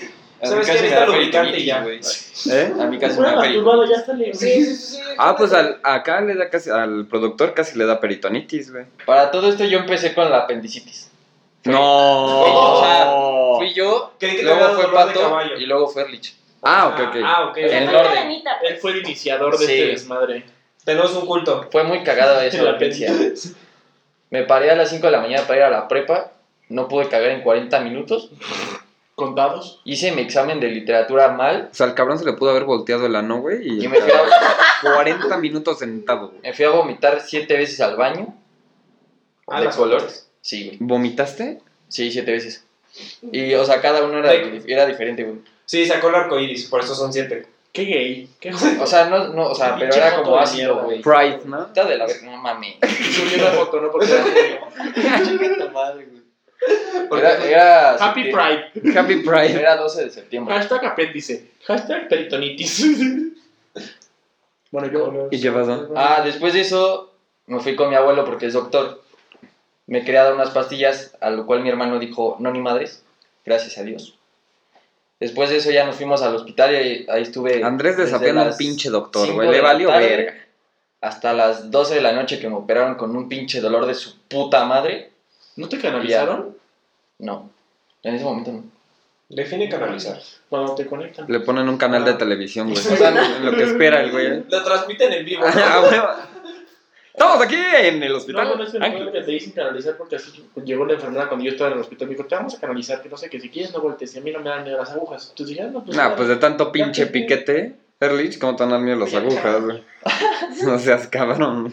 J: casi me
D: Necesita
J: da
D: lubricante y ya.
J: peritonitis,
C: ese. ¿Eh?
J: güey. A mí casi me
B: Una
J: da
B: masturbada,
J: peritonitis.
B: ya sale.
D: Sí, sí, sí. sí.
C: Ah, pues al, acá le da casi, al productor casi le da peritonitis, güey.
J: Para todo esto yo empecé con la apendicitis. O sea,
C: No.
J: Fui yo,
D: Creí que te había
J: luego
D: dado
J: fue
D: dolor de
J: Pato
D: caballo.
J: y luego fue Erlich.
C: Ah, ok, ok.
D: Ah, ok.
J: En
E: Fue
J: el orden.
E: Karenita,
B: Él
E: pues.
B: fue el iniciador de
J: Sí.
B: este desmadre.
D: Tenemos un culto.
J: Fue muy cagada esa
B: La
J: dolencia. Me paré a las 5 de la mañana para ir a la prepa. No pude cagar en 40 minutos.
B: Contados.
J: Hice mi examen de literatura mal.
C: O sea, al cabrón se le pudo haber volteado el ano, güey. Y,
J: Y me fui a,
C: 40 minutos sentado, güey.
J: me fui a vomitar 7 veces al baño.
D: Ah,
J: de
D: las-
J: colores. Sí, güey.
C: ¿Vomitaste?
J: Sí, 7 veces. Y, o sea, cada uno era,
D: Ay.
J: era diferente, güey.
D: Sí, sacó el arco iris, por eso son siete.
B: Qué gay. Qué
J: O sea, no, no, o sea, pero
B: Pinche
J: era
B: foto
J: como
B: de mierda.
J: ácido, güey.
C: Pride, ¿no?
J: Puta de la verga, no mames.
B: subió la foto, ¿no? Porque era gay.
D: pues,
J: Era, era
B: Happy
J: septiembre.
B: Pride.
C: Happy Pride.
J: Era 12 de septiembre.
B: Hashtag apéndice. Hashtag peritonitis. bueno, yo.
C: ¿Y qué pasó?
J: Ah, después de eso me fui con mi abuelo porque es doctor. Me quería dar unas pastillas, a lo cual mi hermano dijo, no ni madres, gracias a Dios. Después de eso ya nos fuimos al hospital y ahí, ahí estuve...
C: Andrés
J: desde
C: desafiando a un
J: las
C: pinche doctor,
J: cinco
C: güey.
J: de
C: Le
J: la
C: valió
J: tarde
C: verga.
J: Hasta las 12 de la noche que me operaron con un pinche dolor de su puta madre.
B: ¿No te canalizaron?
J: No, en ese momento no.
D: Define canalizar.
B: Cuando te conectan.
C: Le ponen un canal
J: Ah.
C: de televisión, güey.
J: O sea,
C: En lo que espera el güey.
D: Lo transmiten en vivo.
C: Ah, güey. Estamos aquí en el hospital.
B: No, no es el
C: Ángel.
B: problema que te dicen canalizar porque así llegó la enfermera cuando yo estaba en el hospital. Me dijo, te vamos a canalizar, que no sé, que si quieres no voltees. Y a mí no me dan miedo las agujas. Entonces dije, ah, no, pues.
C: Nah,
B: nada.
C: pues de tanto pinche piquete, Erlich, ¿cómo te dan miedo las agujas, güey? No seas cabrón.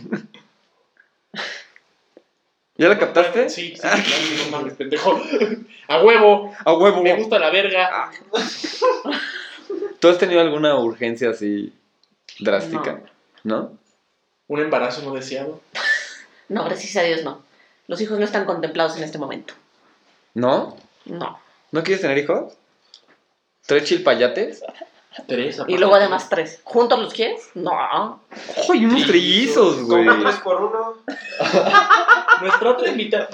C: ¿Ya la captaste?
B: Sí, sí, claro, no mames, pendejo. A huevo,
C: A huevo.
B: me gusta la
F: Ah.
B: verga.
C: ¿Tú has tenido alguna urgencia así drástica? ¿No?
B: Un embarazo no deseado.
F: No, gracias a Dios no. Los hijos no están contemplados en este momento.
C: ¿No?
F: No.
C: ¿No quieres tener hijos? ¿Tres chilpayates?
B: Tres,
F: Y luego además tres. ¿Juntos los quieres? No.
C: ¡Ay, unos trillizos, güey!
D: Como tres por uno.
B: Nuestra otra invitada.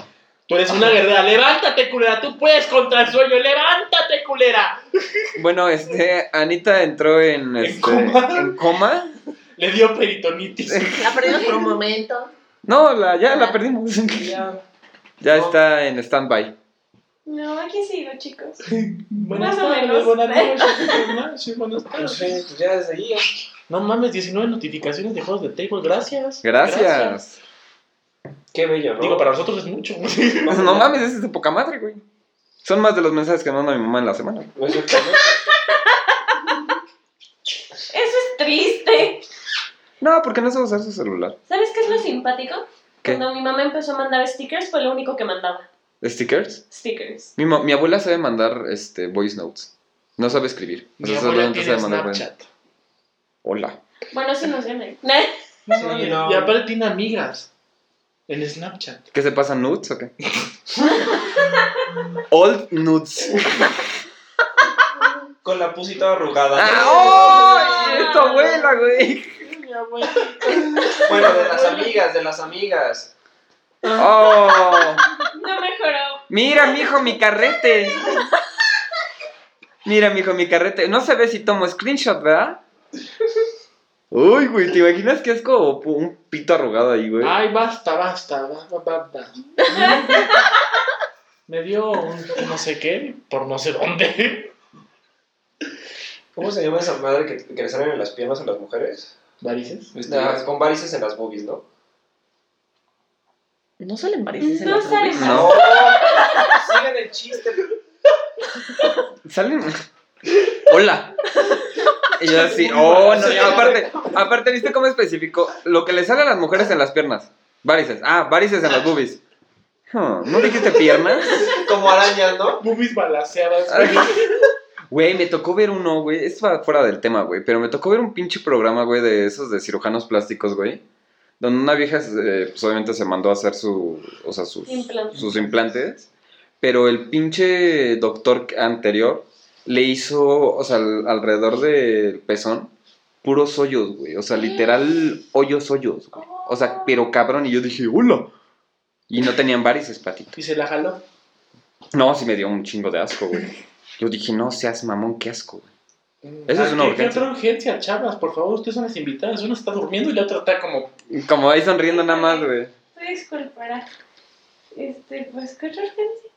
B: Tú eres una guerrera. Levántate, culera. Tú puedes contra el sueño. Levántate, culera.
C: Bueno, este, Anita entró en, este,
B: coma?
C: en coma.
B: Le dio peritonitis.
F: La perdimos por un momento.
C: No, la, ya la perdimos.
D: Ya.
C: Ya está en stand-by.
E: No, aquí sigo, chicos.
B: Buenas
E: Más o menos.
B: tardes, buenas noches. buenas noches, buenas
D: No
B: tardes.
D: sé, pues ya desde ahí.
B: No mames, 19 notificaciones de juegos de table. Gracias.
C: Gracias.
D: Qué bello, ¿no?
B: Digo, para nosotros es mucho.
C: No mames, ese es de poca madre, güey. Son más de los mensajes que me manda mi mamá en la semana.
D: No es cierto, Pues, ¿no?
E: Eso es triste.
C: No, porque no sabe usar su celular.
E: ¿Sabes qué es lo simpático?
C: ¿Qué?
E: Cuando mi mamá empezó a mandar stickers, fue lo único que mandaba.
C: ¿Stickers?
E: Stickers.
C: Mi, ma- mi abuela sabe mandar este, voice notes. No sabe escribir. O
B: Mi
C: sea,
B: abuela
C: solamente
B: tiene
C: sabe mandar voice-
B: Snapchat.
C: Hola.
E: Bueno, sí nos llaman.
D: Sí, no.
B: Y aparte tiene amigas en Snapchat.
C: ¿Qué se pasa, nudes o qué? Old nudes.
D: Con la pusi toda arrugada.
C: ¡Ah! ¡Ay! ¡Es tu abuela, güey!
D: Bueno, de las amigas, de las amigas.
C: ¡Oh!
E: No mejoró.
C: Mira, mijo, mi carrete. Mira, mijo, mi carrete. No se ve si tomo screenshot, ¿verdad? Uy, güey, ¿te imaginas que es como pu- un pito arrugado ahí, güey?
B: Ay, basta, basta, basta, basta. Me dio un no sé qué, por no sé dónde.
D: ¿Cómo se llama esa madre que, que le salen en las piernas a las mujeres?
B: ¿Varices?
D: Este, Con varices en las boobies, ¿no?
F: No salen varices en
E: No
F: las
E: sale.
F: revistas.
C: No.
D: Sigan el chiste.
C: Salen. Hola. Y yo así, oh, no. y Aparte, aparte, ¿viste cómo especificó? Lo que le sale a las mujeres en las piernas. Varices. Ah, varices en las boobies. Huh, ¿No dijiste piernas?
D: Como arañas, ¿no?
B: Boobies balaseadas.
C: Güey, me tocó ver uno, güey. Esto va fuera del tema, güey. Pero me tocó ver un pinche programa, güey, de esos de cirujanos plásticos, güey. Donde una vieja, eh, pues obviamente se mandó a hacer su, o sea, sus,
E: Implantes.
C: sus implantes. Pero el pinche doctor anterior le hizo, o sea, al- alrededor del pezón, puros hoyos, güey. O sea, literal, hoyos, hoyos, güey.
E: Oh,
C: O sea, pero cabrón. Y yo dije, ¡hola! Y no tenían varices, Pati.
B: Y se la jaló.
C: No, sí me dio un chingo de asco, güey. Yo dije, no seas mamón, qué asco, güey. Eso es una
B: ¿Qué-
C: urgencia.
B: ¿Qué otra urgencia, chavas? Por favor, ustedes son las invitadas. Una está durmiendo y la otra está como.
C: Como ahí sonriendo nada más, güey.
E: Me disculpará. Este, pues, ¿qué otra urgencia?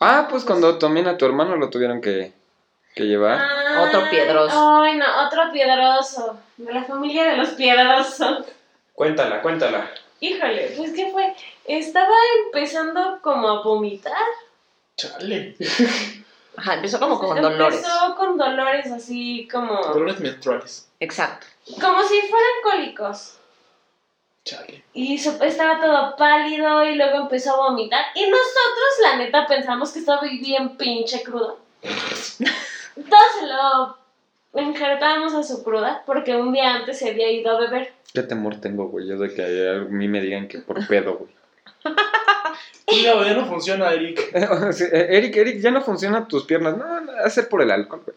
C: Ah, pues cuando también a tu hermano lo tuvieron que, que llevar.
E: Ay,
F: Otro piedroso.
E: Ah, Ay, no, otro piedroso. De la familia de los piedrosos.
D: Cuéntala, cuéntala.
E: Híjole, pues, ¿qué fue? Estaba empezando como a vomitar.
B: Chale.
F: Ajá, empezó como con dolores.
E: Empezó con dolores así como...
B: Dolores menstruales.
F: Exacto.
E: Como si fueran cólicos.
B: Chale.
E: Y su- estaba todo pálido y luego empezó a vomitar. Y nosotros, la neta, pensamos que estaba bien pinche crudo. Entonces lo enjertábamos a su cruda porque un día antes se había ido a beber.
C: Qué temor tengo, güey, yo de que a mí me digan que por pedo, güey.
B: Tu hígado ya no funciona, Eric.
C: Sí, eh, Eric, Eric, ya no funcionan tus piernas. No, no, va a ser por el alcohol, güey.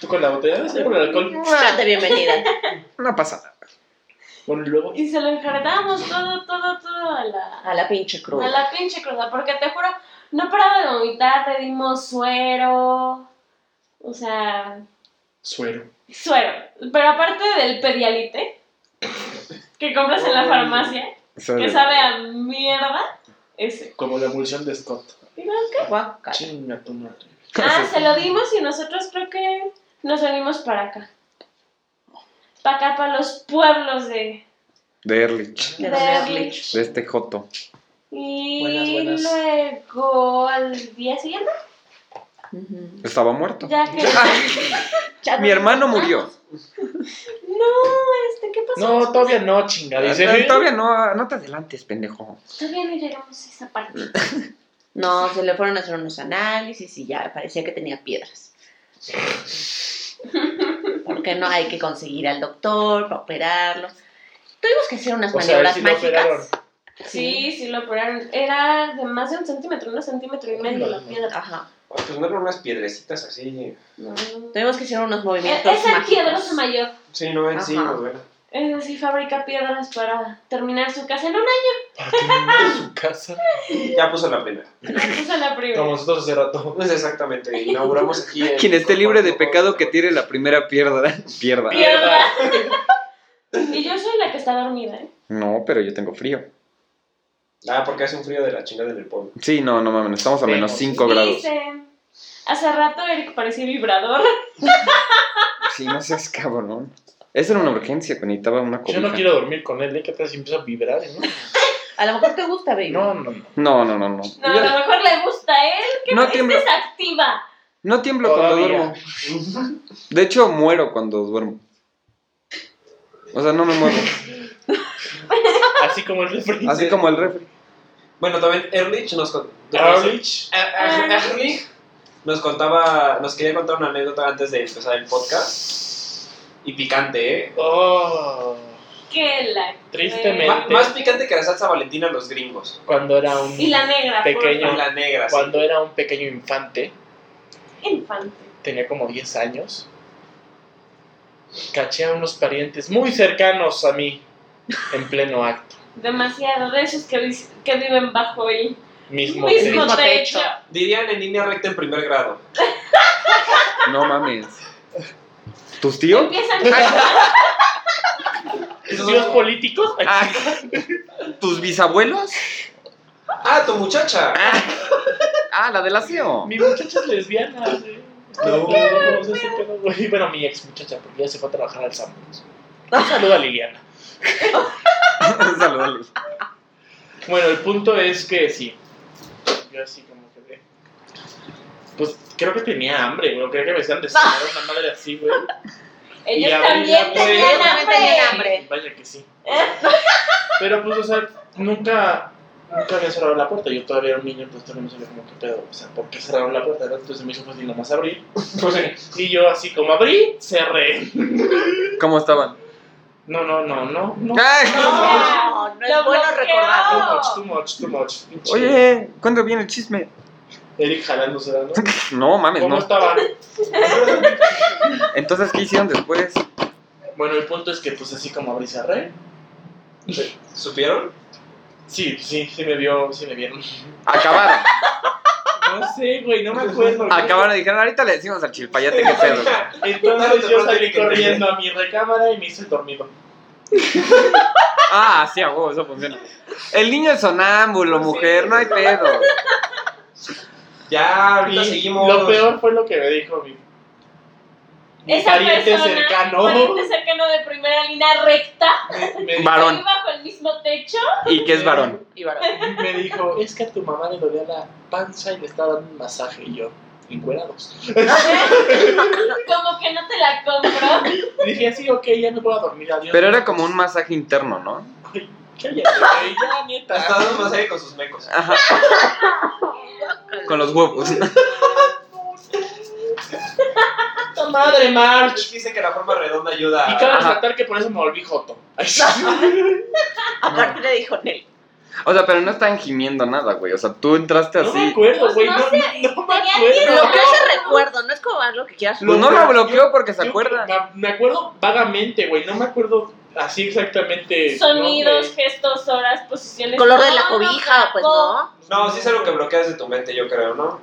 B: Tú con la botella de ese, con el alcohol.
F: Date bienvenida.
C: No pasa nada.
B: Bueno, y luego.
E: Y se lo enjertábamos todo, todo, todo a la,
F: A la pinche cruz.
E: a la pinche cruda. Porque te juro, no paraba de vomitar, le dimos suero. O sea,
B: Suero.
E: suero. Pero aparte del pedialite que compras en la farmacia.
C: Sabe-
E: que sabe a mierda. Ese.
B: Como la emulsión de Scott.
F: Guácala.
B: Chinga tu madre.
E: Ah, se lo dimos y nosotros creo que nos venimos para acá. para acá, para los pueblos de,
C: De Erlich,
E: de
F: De los de
E: Erlich.
C: de este Joto.
E: Y
D: Buenas, buenas.
E: luego al día siguiente,
C: Estaba muerto.
E: ya que...
C: Mi hermano murió.
E: No, este, ¿qué pasó?
B: No, todavía no, chinga. Dice,
C: Eh, Todavía no, no te adelantes, pendejo.
E: Todavía no llegamos a esa parte.
F: No, se le fueron a hacer unos análisis y ya parecía que tenía piedras. Porque no hay que conseguir al doctor para operarlo. Tuvimos que hacer unas
B: o sea, a ver
F: maniobras
B: si lo operaron.
F: mágicas.
E: Sí, sí lo operaron. Era de más de un centímetro, un centímetro y medio la piedra.
F: Ajá.
D: Pues no eran unas piedrecitas así.
E: No.
F: Tuvimos que hacer unos
E: Eh,
F: movimientos.
E: Esa
F: mágicos.
E: piedrosa mayor.
D: Sí, no en sí,
F: Ajá.
D: güey.
E: Esa sí fabrica piedras para terminar su casa en un
B: ¿Para qué no en su casa?
D: Ya puso la primera.
E: año. Esa es la primera.
B: Como nosotros hace rato.
D: Pues exactamente, inauguramos aquí. el-
C: Quien esté libre de pecado que tire la primera piedra. Pierda.
E: Pierda. Y yo soy la que está dormida, ¿eh?
C: No, pero yo tengo frío.
D: Ah, porque hace un frío de la chingada en el pueblo.
C: Sí, no, no mames, estamos a menos 5 grados.
E: Dicen. Hace rato Eric parecía vibrador.
C: Sí, no seas cabrón. Esa era una urgencia, que necesitaba una
B: Yo
C: cobija.
B: no quiero dormir con él, ¿eh? ¿Qué tal si empieza a vibrar?
F: A lo mejor te gusta, baby.
B: No, no, no. no.
C: No, no, no, no.
E: No, a lo mejor le gusta a él. Que este
C: No
E: es
C: tiembla.
E: desactiva.
C: No tiemblo
B: Todavía.
C: cuando duermo. De hecho, muero cuando duermo. O sea, no me muevo.
B: Así como el refri.
C: Así como el refri.
D: Bueno, también Erlich nos contó.
B: Erlich.
D: Erlich nos contaba. Nos quería contar una anécdota antes de empezar el podcast. Y picante, ¿eh?
B: Oh.
E: Que la.
B: Tristemente.
D: Ma- más picante que la salsa valentina los gringos.
B: Cuando era un
E: Y la negra.
B: Pequeño.
D: Con la negra, sí.
B: cuando era un pequeño infante,
E: porfa. Infante.
B: tenía como 10 años. Caché a unos parientes muy cercanos a mí en pleno acto.
E: Demasiado de esos que, vis- que viven bajo el
B: Mismo.
E: mismo
F: techo.
E: techo.
D: Dirían en línea recta en primer grado.
C: No mames. ¿Tus tíos?
E: Empiezan a
B: Esos Dios políticos. Ay,
C: Ah, ¿Tus bisabuelos?
D: ¡Ah, tu muchacha!
C: Ah, la del aseo.
B: Mi muchacha es lesbiana. güey. No, no sé si pedo, güey. Bueno, mi ex muchacha, porque ya se fue a trabajar al Sanborns. Un saludo a Liliana.
C: Saludos.
B: Bueno, el punto es que sí. Yo así como que de- Pues creo que tenía hambre, güey. Creo que me están diciendo una madre así, güey. Y
E: Ellos
B: ahorita,
E: también
B: pues,
E: tenían
F: también tenían hambre.
E: hambre.
B: Vaya que sí. Pero pues, o sea, nunca, nunca había cerrado la puerta. Yo todavía era un niño, entonces todavía no sabía cómo qué pedo. O sea, ¿por qué cerraron la puerta? pues, no? Entonces me hizo fácil nomás abrir. Y yo así como abrí, cerré.
C: ¿Cómo estaban?
B: No, no, no, no, no.
C: Ay.
F: No, no es
E: Lo
F: bueno
E: bloqueó.
F: recordarlo.
B: Too much, too much, too much. Pinche
C: Oye, ¿cuándo viene el chisme?
B: Eric jalándose, ¿no?
C: No mames,
B: ¿Cómo
C: no.
B: estaban?
C: Entonces, ¿qué hicieron después?
B: Bueno, el punto es que pues así como abrí, cerré.
D: ¿Supieron?
B: Sí, sí, sí me vio, sí me vieron.
C: Acabaron.
B: No sé, güey, no me acuerdo. güey.
C: Acabaron y dijeron, ahorita le decimos al chilpayate qué pedo.
B: Entonces yo salí corriendo a mi recámara y me hice el dormido.
C: Ah, sí, a huevo, eso funciona. El niño es sonámbulo, mujer, no hay pedo.
D: Ya, ahorita
B: Y
D: seguimos.
B: Lo peor fue lo que me dijo mi, mi
E: Esa
B: pariente
E: persona,
B: cercano.
E: pariente cercano de primera línea recta,
B: Me, me-
C: Varón.
E: que bajo el mismo techo.
C: ¿Y que es varón?
F: Y bueno,
B: me dijo, es que a tu mamá le dolía la panza y le estaba dando un masaje. Y yo, encuerados.
E: Como que no te la compro.
B: Y dije, sí, ok, ya me voy a dormir, adiós.
C: Pero era como un masaje interno, ¿no?
B: Cállate, güey, ya, neta.
D: Está dando un masaje con sus mecos.
C: Ajá. Con los huevos.
B: ¡Puta madre, March!
D: Dice que la forma redonda ayuda
B: Y
D: a...
B: cabe
C: Ajá.
B: resaltar que por eso me volví joto.
F: aparte le dijo Nelly.
C: O sea, pero no estaban gimiendo nada, güey. O sea, tú entraste
B: No me
C: así.
B: acuerdo,
E: Pues
B: güey.
E: no
B: No, no,
E: sé,
B: no me
E: tenía
B: acuerdo.
F: Bloqueó ese recuerdo, no es como algo que quieras.
C: Pues no lo bloqueó porque se acuerda.
B: Ah, Me- Me acuerdo vagamente, güey. No me acuerdo así exactamente.
E: Sonidos,
B: ¿no, güey?
E: gestos, horas, posiciones.
F: El color de la
E: No, no,
F: cobija, pues no.
D: No, sí es algo que bloqueas de tu mente, yo creo, ¿no?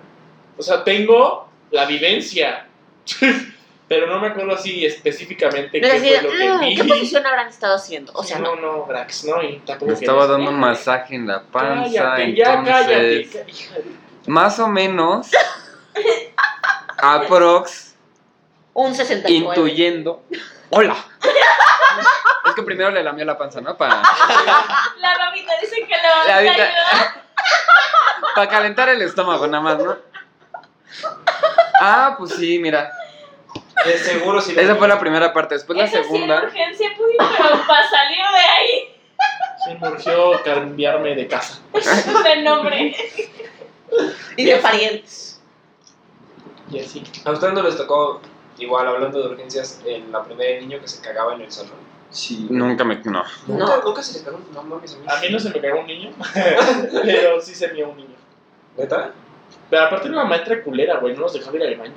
B: O sea, tengo la vivencia. Pero no me acuerdo así específicamente
F: No
B: qué
F: es así,
B: fue lo
F: "Ah,
B: que
F: ¿Qué
B: vi.
F: posición habrán estado haciendo? O sea, no.
B: no, no, Grax, no. Y tampoco
C: Me estaba
B: quería-
C: dando un masaje en la panza,
B: Cállate, ya cállate.
C: entonces... Más o menos... Aprox,
F: Un 69.
C: intuyendo... ¡Hola! que primero le lamió la panza, ¿no? Para
E: La babita dice que la babita
C: babita-
E: ayuda.
C: para calentar el estómago, nada más, ¿no? Ah, pues sí, mira.
D: De seguro si
C: Esa fue la primera parte. Después la
E: Esa sí era
C: segunda.
E: urgencia, pues, pero para salir de ahí,
B: Se me urgió cambiarme de casa.
E: de nombre.
F: Y de parientes.
B: Y así.
D: A ustedes no les tocó, igual hablando de urgencias, en la primera del niño que se cagaba en el salón.
A: Sí.
C: Nunca me. No.
F: No.
D: Nunca, nunca se les cagó. No mames, a mí.
B: A mí no se me cagó un niño, pero sí se mió un niño.
D: ¿Neta?
B: Pero aparte era una maestra culera, güey, no nos dejaba ir al baño.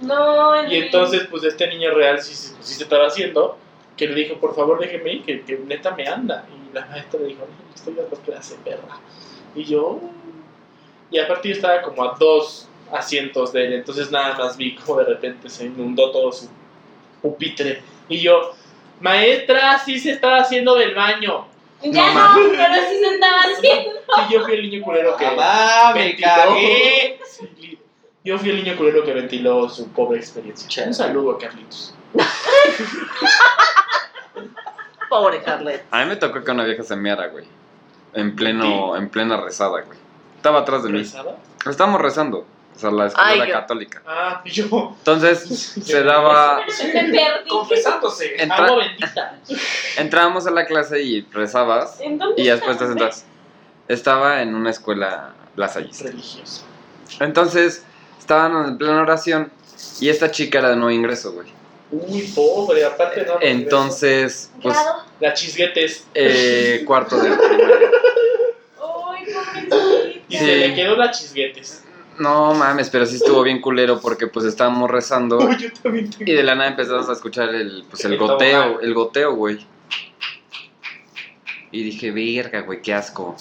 E: No,
B: Y entonces, pues este niño real sí, sí- sí se estaba haciendo, que le dijo, por favor déjeme ir, que, que neta me anda. Y la maestra le dijo, no, estoy dando clase, perra. Y yo... Y aparte yo estaba como a dos asientos de él, entonces nada más vi como de repente se inundó todo su pupitre. Y yo, maestra, sí se estaba haciendo del baño.
E: Ya
C: No,
E: no, pero sí se estaba haciendo.
B: Y yo fui el niño culero que...
A: ¡Mamá, Ah, me
B: ventiló.
A: cagué!
B: Sí, Yo fui el niño culero que ventiló su pobre experiencia.
A: Chale.
B: Un saludo a Carlitos.
F: Pobre Carlet.
C: A mí me tocó que una vieja se meara, güey. En pleno, en plena rezada, güey. Estaba atrás de mí.
B: ¿Rezada?
C: Estábamos rezando. O sea, la
F: Ay,
C: escuela
F: yo-
C: católica.
B: Ah, y yo.
C: Entonces, se daba.
E: Se te perdí.
D: Confesándose.
C: entra-
B: Agua bendita.
C: entrábamos a la clase y rezabas.
E: ¿En dónde
C: Y después te
E: estabas?
C: sentabas. Estaba en una escuela lasallista.
B: Religiosa.
C: Entonces, estaban en plena oración. Y esta chica era de nuevo ingreso, güey.
B: Uy, pobre, aparte no.
C: Entonces, pues,
E: Claro.
B: La chisguetes.
C: eh, cuarto de primaria.
E: Ay, pobrecita.
B: Y
C: Sí.
B: se le quedó la chisguetes.
C: No mames, pero sí estuvo bien culero porque pues estábamos rezando
B: Uy, yo también tengo.
C: y de la nada empezamos a escuchar el, pues, el
D: El
C: goteo,
D: tobogán.
C: el goteo, güey. Y dije, verga, güey, qué asco.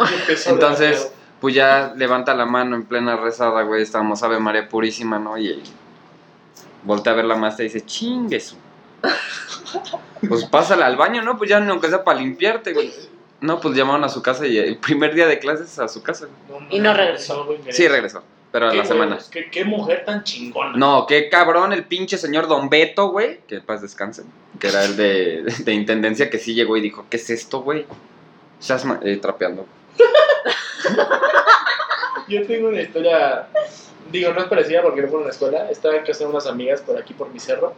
B: Y empezó a
C: Entonces,
B: dar miedo.
C: Pues ya levanta la mano en plena rezada, güey, estábamos Ave María Purísima, ¿no? Y él voltea a ver la maestra y dice, chingue su. Pues pásala al baño, ¿no? Pues ya aunque sea para limpiarte, güey. No, pues llamaron a su casa y el primer día de clases a su casa. güey.
F: Y no regresó.
B: algo inmerecido.
C: Sí, regresó, pero a
B: Qué
C: la semana.
B: huevos, Qué, qué mujer tan chingona.
C: No, qué cabrón el pinche señor Don Beto, güey. Que en paz descanse. Que era el de, de intendencia que sí llegó y dijo: ¿Qué es esto, güey? Estás ma- eh, trapeando.
B: Yo tengo una historia, digo, no es parecida porque no fue en la escuela. Estaba en casa de unas amigas por aquí, por mi cerro,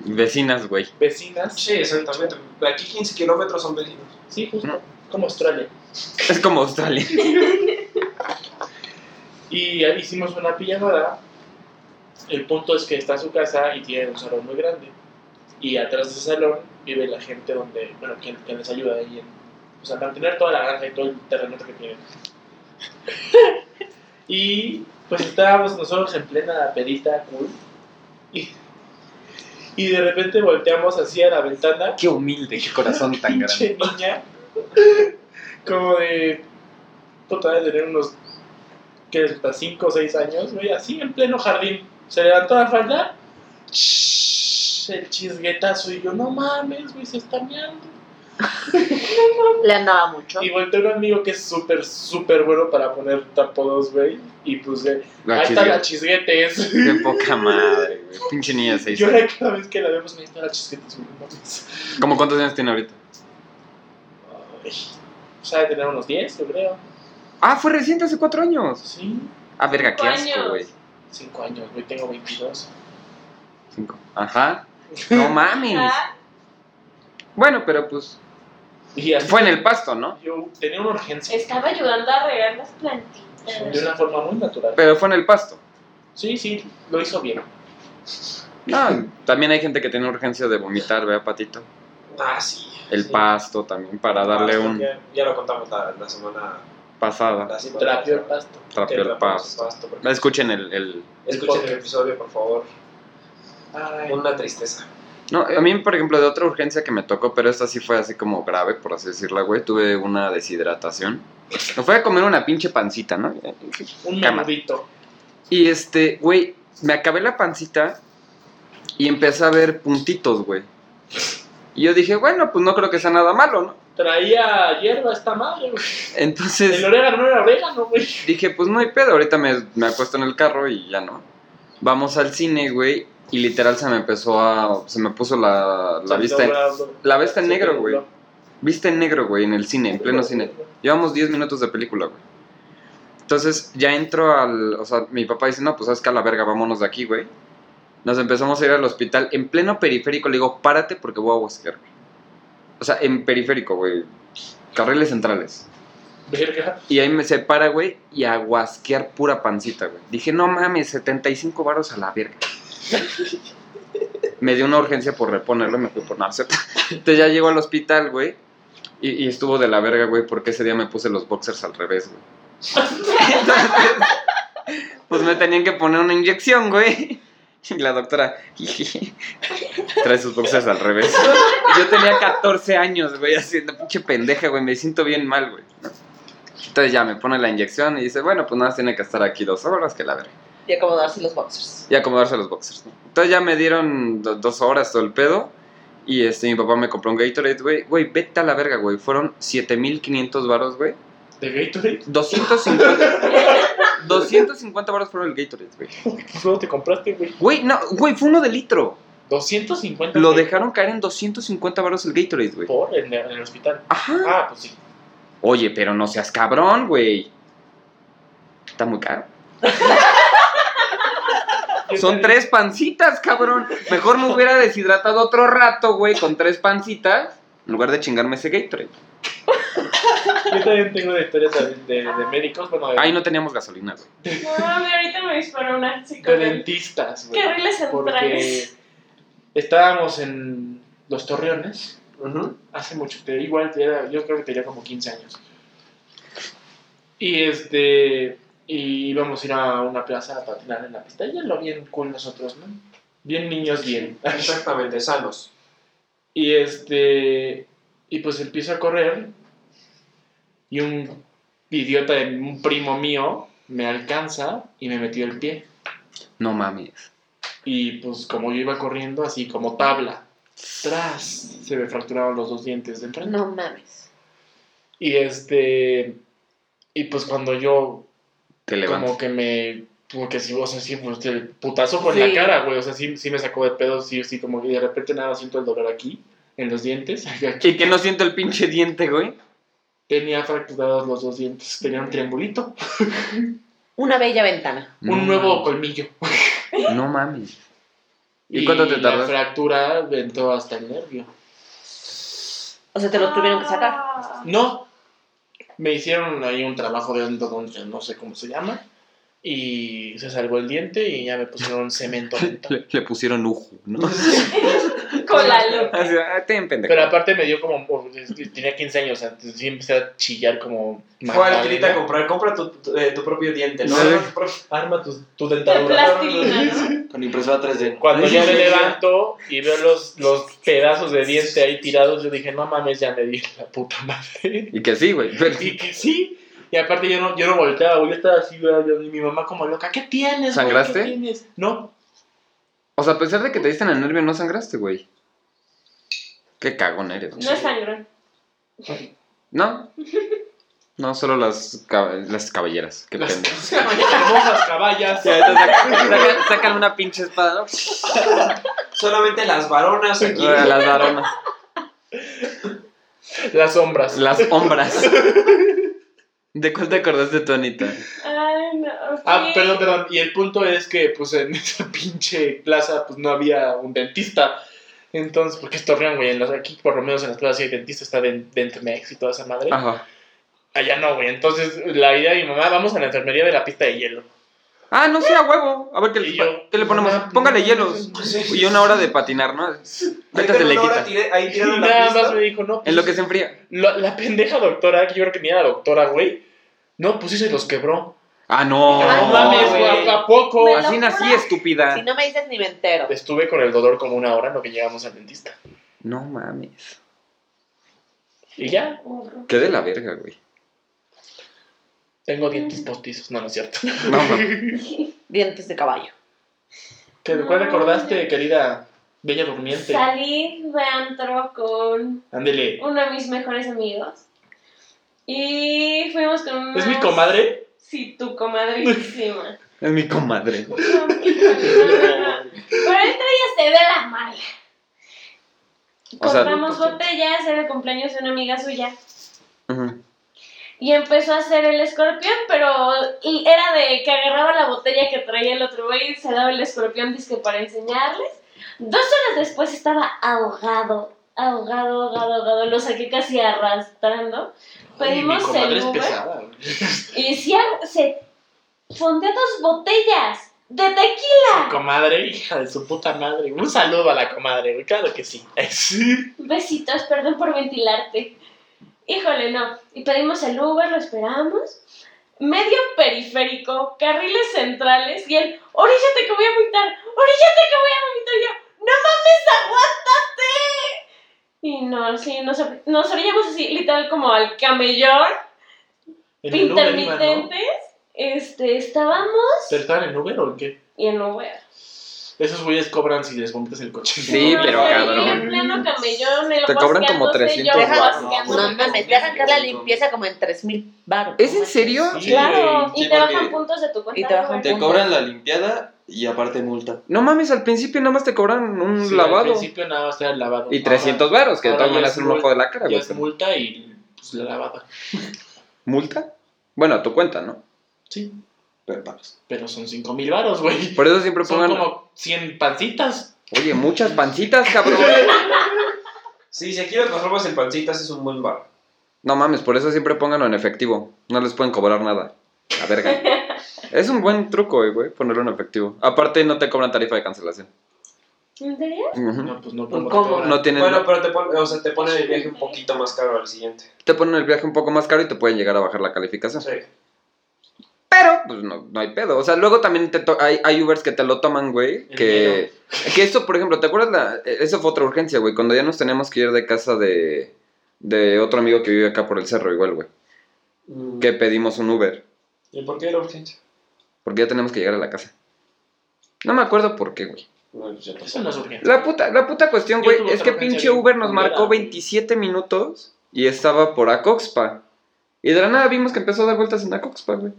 C: Vecinas, güey.
B: vecinas.
D: Sí, exactamente. De aquí 15 kilómetros son vecinos.
B: Sí, justo, como Australia.
C: Es como Australia.
B: Y ahí hicimos una pijamada. El punto es que está su casa y tiene un salón muy grande. Y atrás de ese salón vive la gente donde, bueno, quien, quien les ayuda ahí en, pues, a mantener toda la granja y todo el terreno que tienen. y pues estábamos nosotros en plena pedita cool. Y, y de repente volteamos hacia la ventana
C: Qué humilde, qué corazón tan grande.
B: pinche niña como de puta de tener unos que hasta 5 o 6 años, güey, así en pleno jardín. Se levantó la falda, shhh, el chisguetazo y yo, no mames, güey, se está meando.
F: Le andaba mucho.
B: Y volteó un amigo que es súper, súper bueno para poner tapodos, güey, y pues, güey,
C: La
B: ahí está la
C: chisga.
B: chisguetes.
C: Qué poca madre, güey. Pinche niña de seis
B: Yo
C: años.
B: la- cada vez que la vemos me está la chisguetes, güey, no mames.
C: ¿Cómo cuántos años tiene ahorita?
B: Ay, O sea, de tener unos 10, yo creo.
C: Ah, fue reciente, hace cuatro años.
B: Sí,
C: Ah, verga, qué
E: Cinco
C: asco,
E: años.
C: güey.
B: 5 años, güey, tengo 22.
C: Cinco. Ajá. No mames.
E: Ah,
C: Bueno, pero pues.
B: Y así
C: Fue en el pasto, ¿no?
B: Yo tenía una urgencia
E: Estaba ayudando a regar las plantitas.
B: de una forma muy natural.
C: Pero fue en el pasto.
B: Sí, sí, lo hizo bien.
C: No, también hay gente que tiene urgencia de vomitar, ¿verdad, Patito?
D: Ah, sí.
C: El
D: Sí.
C: pasto también, para darle
D: Pasto,
C: un
D: Ya, ya lo contamos la, la semana.
C: pasada.
D: La semana
B: Trapeó el pasto.
C: Trapeó el pasto.
D: porque-
C: Escuchen el, el-
D: Escuchen el episodio, por favor.
B: Ay,
D: Una tristeza.
C: No, a mí, por ejemplo, de otra urgencia que me tocó, pero esta sí fue así como grave, por así decirla, güey. Tuve una deshidratación. Me fue a comer una pinche pancita, ¿no?
B: un
C: Cama.
B: menudito.
C: Y este, güey, me acabé la pancita y empecé a ver puntitos, güey. Y yo dije, bueno, pues no creo que sea nada malo, ¿no?
B: Traía hierba esta madre, güey.
C: Entonces...
B: El orégano no era orégano, güey.
C: dije, pues no hay pedo, ahorita me, me acuesto en el carro y ya no. Vamos al cine, güey. Y literal se me empezó a. Se me puso la, la vista en. La vista en negro, güey. Vista en negro, güey, en el cine, en pleno cine. Llevamos 10 minutos de película, güey. Entonces ya entro al. O sea, mi papá dice: No, pues sabes que a la verga, vámonos de aquí, güey. Nos empezamos a ir al hospital. En pleno periférico le digo: Párate porque voy a bosquear, güey. O sea, en periférico, güey. Carriles centrales.
B: Verga.
C: Y ahí me separa, güey, y a guasquear pura pancita, güey. Dije, no mames, 75 varos a la verga. me dio una urgencia por reponerlo, me fui por Narcep. Entonces ya llego al hospital, güey. Y, y estuvo de la verga, güey, porque ese día me puse los boxers al revés, güey. Entonces, pues me tenían que poner una inyección, güey. Y la doctora, trae sus boxers al revés. Yo tenía 14 años, güey, haciendo pinche pendeja, güey. Me siento bien mal, güey. ¿no? Entonces ya me pone la inyección y dice, bueno, pues nada, más tiene que estar aquí dos horas, que la verga.
F: Y acomodarse los boxers.
C: Y acomodarse los boxers, ¿no? Entonces ya me dieron do- dos horas todo el pedo. Y este, mi papá me compró un Gatorade, güey. Güey, vete a la verga, güey. Fueron 7500 varos, güey.
B: ¿De Gatorade?
C: 250. 250 varos fueron el Gatorade, güey.
B: ¿Qué juego te compraste, güey?
C: Güey, no, güey, fue uno de litro.
B: 250.
C: Lo
B: güey,
C: dejaron caer en 250 varos el Gatorade, güey.
B: Por en el, en el hospital.
C: Ajá.
B: Ah, pues sí.
C: Oye, pero no seas cabrón, güey. Está muy caro. Son tres pancitas, cabrón. Mejor me hubiera deshidratado otro rato, güey, con tres pancitas. En lugar de chingarme ese Gatorade.
B: Yo también tengo una historia también de, de médicos, bueno, de,
C: Ahí no teníamos gasolina, güey.
E: No, a mí ahorita me disparó una chica.
B: de dentistas, güey.
E: Qué horribles
B: Porque
E: centrales.
B: estábamos en Los Torreones
D: Ujú.
B: hace mucho, te- igual te era- yo creo que tenía como 15 años. Y este, y íbamos a ir a una plaza a patinar en la pista, y lo bien cool nosotros, ¿no? Bien niños, bien.
D: Exactamente, sanos.
B: Y este. Y pues empiezo a correr. Y un idiota de un primo mío me alcanza y me metió el pie.
C: No mames.
B: Y pues como yo iba corriendo, así como tabla. Tras. Se me fracturaron los dos dientes de enfrente.
F: No mames.
B: Y este. Y pues cuando yo
C: Te levantas.
B: como que me como que sí, o sea, sí, pues el putazo fue en
F: Sí.
B: la cara, güey, o sea, sí, sí me sacó de pedo, sí, sí, como que de repente nada, siento el dolor aquí, en los dientes, aquí,
C: ¿Y que no siento el pinche diente, güey?
B: Tenía fracturados los dos dientes, tenía un triangulito,
F: Una bella ventana.
C: No,
B: un nuevo colmillo.
C: No mames. ¿Y cuánto te
B: La
C: tardas?
B: fractura entró hasta el nervio.
F: O sea, te lo tuvieron que sacar.
E: Ah.
B: No, me hicieron ahí un trabajo de endodoncia, no sé cómo se llama, y se salvó el diente y ya me pusieron cemento. dental.
C: Le, le pusieron uju, ¿no?
E: Con la luz.
C: Así, ah, ten, pendejo.
B: Pero aparte me dio como, tenía 15 años, o sea, sí empecé a chillar como...
D: Fue al
B: Magdalena.
D: Kirita a comprar. Compra tu, tu- eh, tu propio diente, ¿no?
C: Ah, Sí.
D: Arma tu propio-
B: Arma tu, tu
E: De
B: dentadura.
E: plastilina, ¿no?
J: Con impresora 3D.
B: Cuando yo me levanto y veo los, los pedazos de diente ahí tirados, yo dije, no mames, ya me di la puta madre.
C: Y que sí, güey. pero-
B: Y que sí. Y aparte yo no, yo no volteaba, güey, yo estaba así, güey, yo- y mi mamá como loca, ¿qué tienes? güey?
C: ¿Sangraste?
B: ¿Qué tienes? No,
C: O sea, a pesar de que te diste en el nervio, no sangraste, güey. Qué cagón eres. güey.
E: No es sangrón.
C: No. No, solo las, cab- las caballeras. Qué
B: las
C: pendejo.
B: hermosas caballas.
C: Ya, entonces saca- saca- sacan una pinche espada, ¿no?
D: Solamente las varonas aquí.
C: Ah, Las varonas.
B: Las sombras.
C: Las hombras. ¿De cuál te acordaste, Tonita?
E: Ay, no.
B: Ah,
E: sí.
B: perdón, perdón. Y el punto es que, pues, en esa pinche plaza, pues, no había un dentista. Entonces, porque es Torreón, güey. en las- Aquí, por lo menos, en las plazas sí hay dentista, está Dent- Dentmex y toda esa madre.
C: Ajá.
B: Allá no, güey. Entonces, la idea de mi mamá, vamos a la enfermería de la pista de hielo.
C: Ah, no sea huevo. A ver, ¿qué,
B: Y
C: le-
B: yo-
C: ¿qué le ponemos?
B: Ah,
C: Póngale hielos.
D: Sí.
C: Y una hora de patinar, ¿no? Ahorita
D: Ahí
C: se le
D: tengo una hora
C: quita.
D: tiré- Ahí
B: Y
D: tirado en
B: nada
D: la
B: más me
D: pista.
B: dijo, no. pues,
C: En lo que se enfría.
B: la, la pendeja doctora, que yo creo que ni era doctora, güey. No, pues sí se los quebró.
C: Ah, no.
B: No,
F: Ah,
B: mames,
F: güey.
B: güey, ¿a poco?
E: Me-
C: Así nací,
F: Si
C: estúpida.
F: no me dices ni me entero.
B: Estuve con el dolor como una hora en lo que llegamos al dentista.
C: No mames.
B: Y ya,
C: Qué de la verga, güey.
B: tengo dientes postizos. No, no es cierto.
C: No mames.
F: Dientes de caballo.
B: ¿Qué, ¿Cuál recordaste, querida bella durmiente?
E: Salí de antro con
B: Ándele.
E: uno de mis mejores amigos. Y fuimos con una.
B: ¿Es mi comadre?
E: Sí, tu comadrísima.
C: Es mi comadre.
E: Pero esta ya se ve la mala.
C: O sea,
E: Compramos botellas, era el cumpleaños de una amiga suya.
C: Ujú.
E: Y empezó a hacer el escorpión, pero y era de que agarraba la botella que traía el otro güey y se daba el escorpión disque para enseñarles. Dos horas después estaba ahogado, ahogado, ahogado, ahogado. Lo saqué casi arrastrando. Pedimos
B: mi comadre
E: el
B: es
E: Uber.
B: pesada. güey.
E: Y sí, a- se fondeó dos botellas de tequila.
B: Comadre, hija de su puta madre. Un saludo a la comadre, güey. Claro que sí. Sí.
E: Besitos, perdón por ventilarte. Híjole, no. Y pedimos el Uber, lo esperamos. Medio periférico, carriles centrales y él, oríllate que voy a vomitar, oríllate que voy a vomitar. Y yo, no mames, aguántate. Y no, sí, nos, nos orillamos así, literal, como al camellón,
B: En el Uber iba, ¿no?
E: intermitentes. Este, estábamos
B: ¿Pero estaban en Uber o en qué?
E: y en Uber.
B: Esos güeyes cobran si les vomitas el coche.
C: Sí,
E: No,
C: pero
E: sí,
C: cabrón.
E: En pleno camellón, el
C: Te cobran como
E: guasqueándose, yo
C: 300
F: varos,
E: guasqueándome.
F: No mames, dejan que la limpieza como en 3000 baros.
C: ¿Es en serio?
B: Sí,
E: Claro,
J: Sí,
E: y te bajan
J: porque
E: puntos de tu cuenta.
F: Y te bajan
E: Uber.
J: Te cobran la limpiada y aparte multa.
C: No mames, al principio nada más te cobran un
B: Sí, Al
C: lavado.
B: principio nada más era el lavado.
C: Y 300 varos, que de
B: Ahora
C: todas
B: ya
C: maneras
B: es
C: es un ojo
B: multa,
C: de la cara,
B: Ya
C: güey.
B: es multa y pues, la lavada.
C: ¿Multa? Bueno, a tu cuenta, ¿no?
B: Sí.
C: Pero pagas.
B: Pero son 5 mil varos, güey.
C: Por eso siempre
B: Son
C: pongan.
B: como 100 pancitas.
C: Oye, muchas pancitas, cabrón.
D: Sí, si aquí lo transformas en pancitas es un buen bar.
C: No mames, por eso siempre pónganlo en efectivo. No les pueden cobrar nada. La verga. Es un buen truco, eh, güey, ponerlo en efectivo. Aparte, no te cobran tarifa de cancelación.
E: ¿En serio?
C: Ujú.
B: No, pues no. ¿cómo te
F: ¿Cómo?
B: cobran?
C: No tienen.
D: Bueno, pero te pone, o sea, te pone el viaje un poquito más caro al siguiente.
C: Te ponen el viaje un poco más caro y te pueden llegar a bajar la calificación.
D: Sí.
C: Pero, pues no, no hay pedo. O sea, luego también te to- hay, hay Ubers que te lo toman, güey.
B: El
C: Que, que eso, por ejemplo, ¿te acuerdas? La, eh, eso fue otra urgencia, güey. Cuando ya nos teníamos que ir de casa de, de otro amigo que vive acá por el cerro, igual, güey.
D: Mm.
C: Que pedimos un Uber.
D: ¿Y por qué era urgencia?
C: Porque ya tenemos que llegar a la casa. No me acuerdo por qué, güey.
D: No, pues ya tampoco.
B: Eso no es urgente.
C: La puta, la puta cuestión,
B: Yo
C: güey,
B: tuve
C: es que
B: otra
C: pinche
B: urgencia bien
C: Uber nos
B: culera,
C: marcó
B: güey.
C: 27 minutos y estaba por Acoxpa. Y de la nada vimos que empezó a dar vueltas en Acoxpa, güey.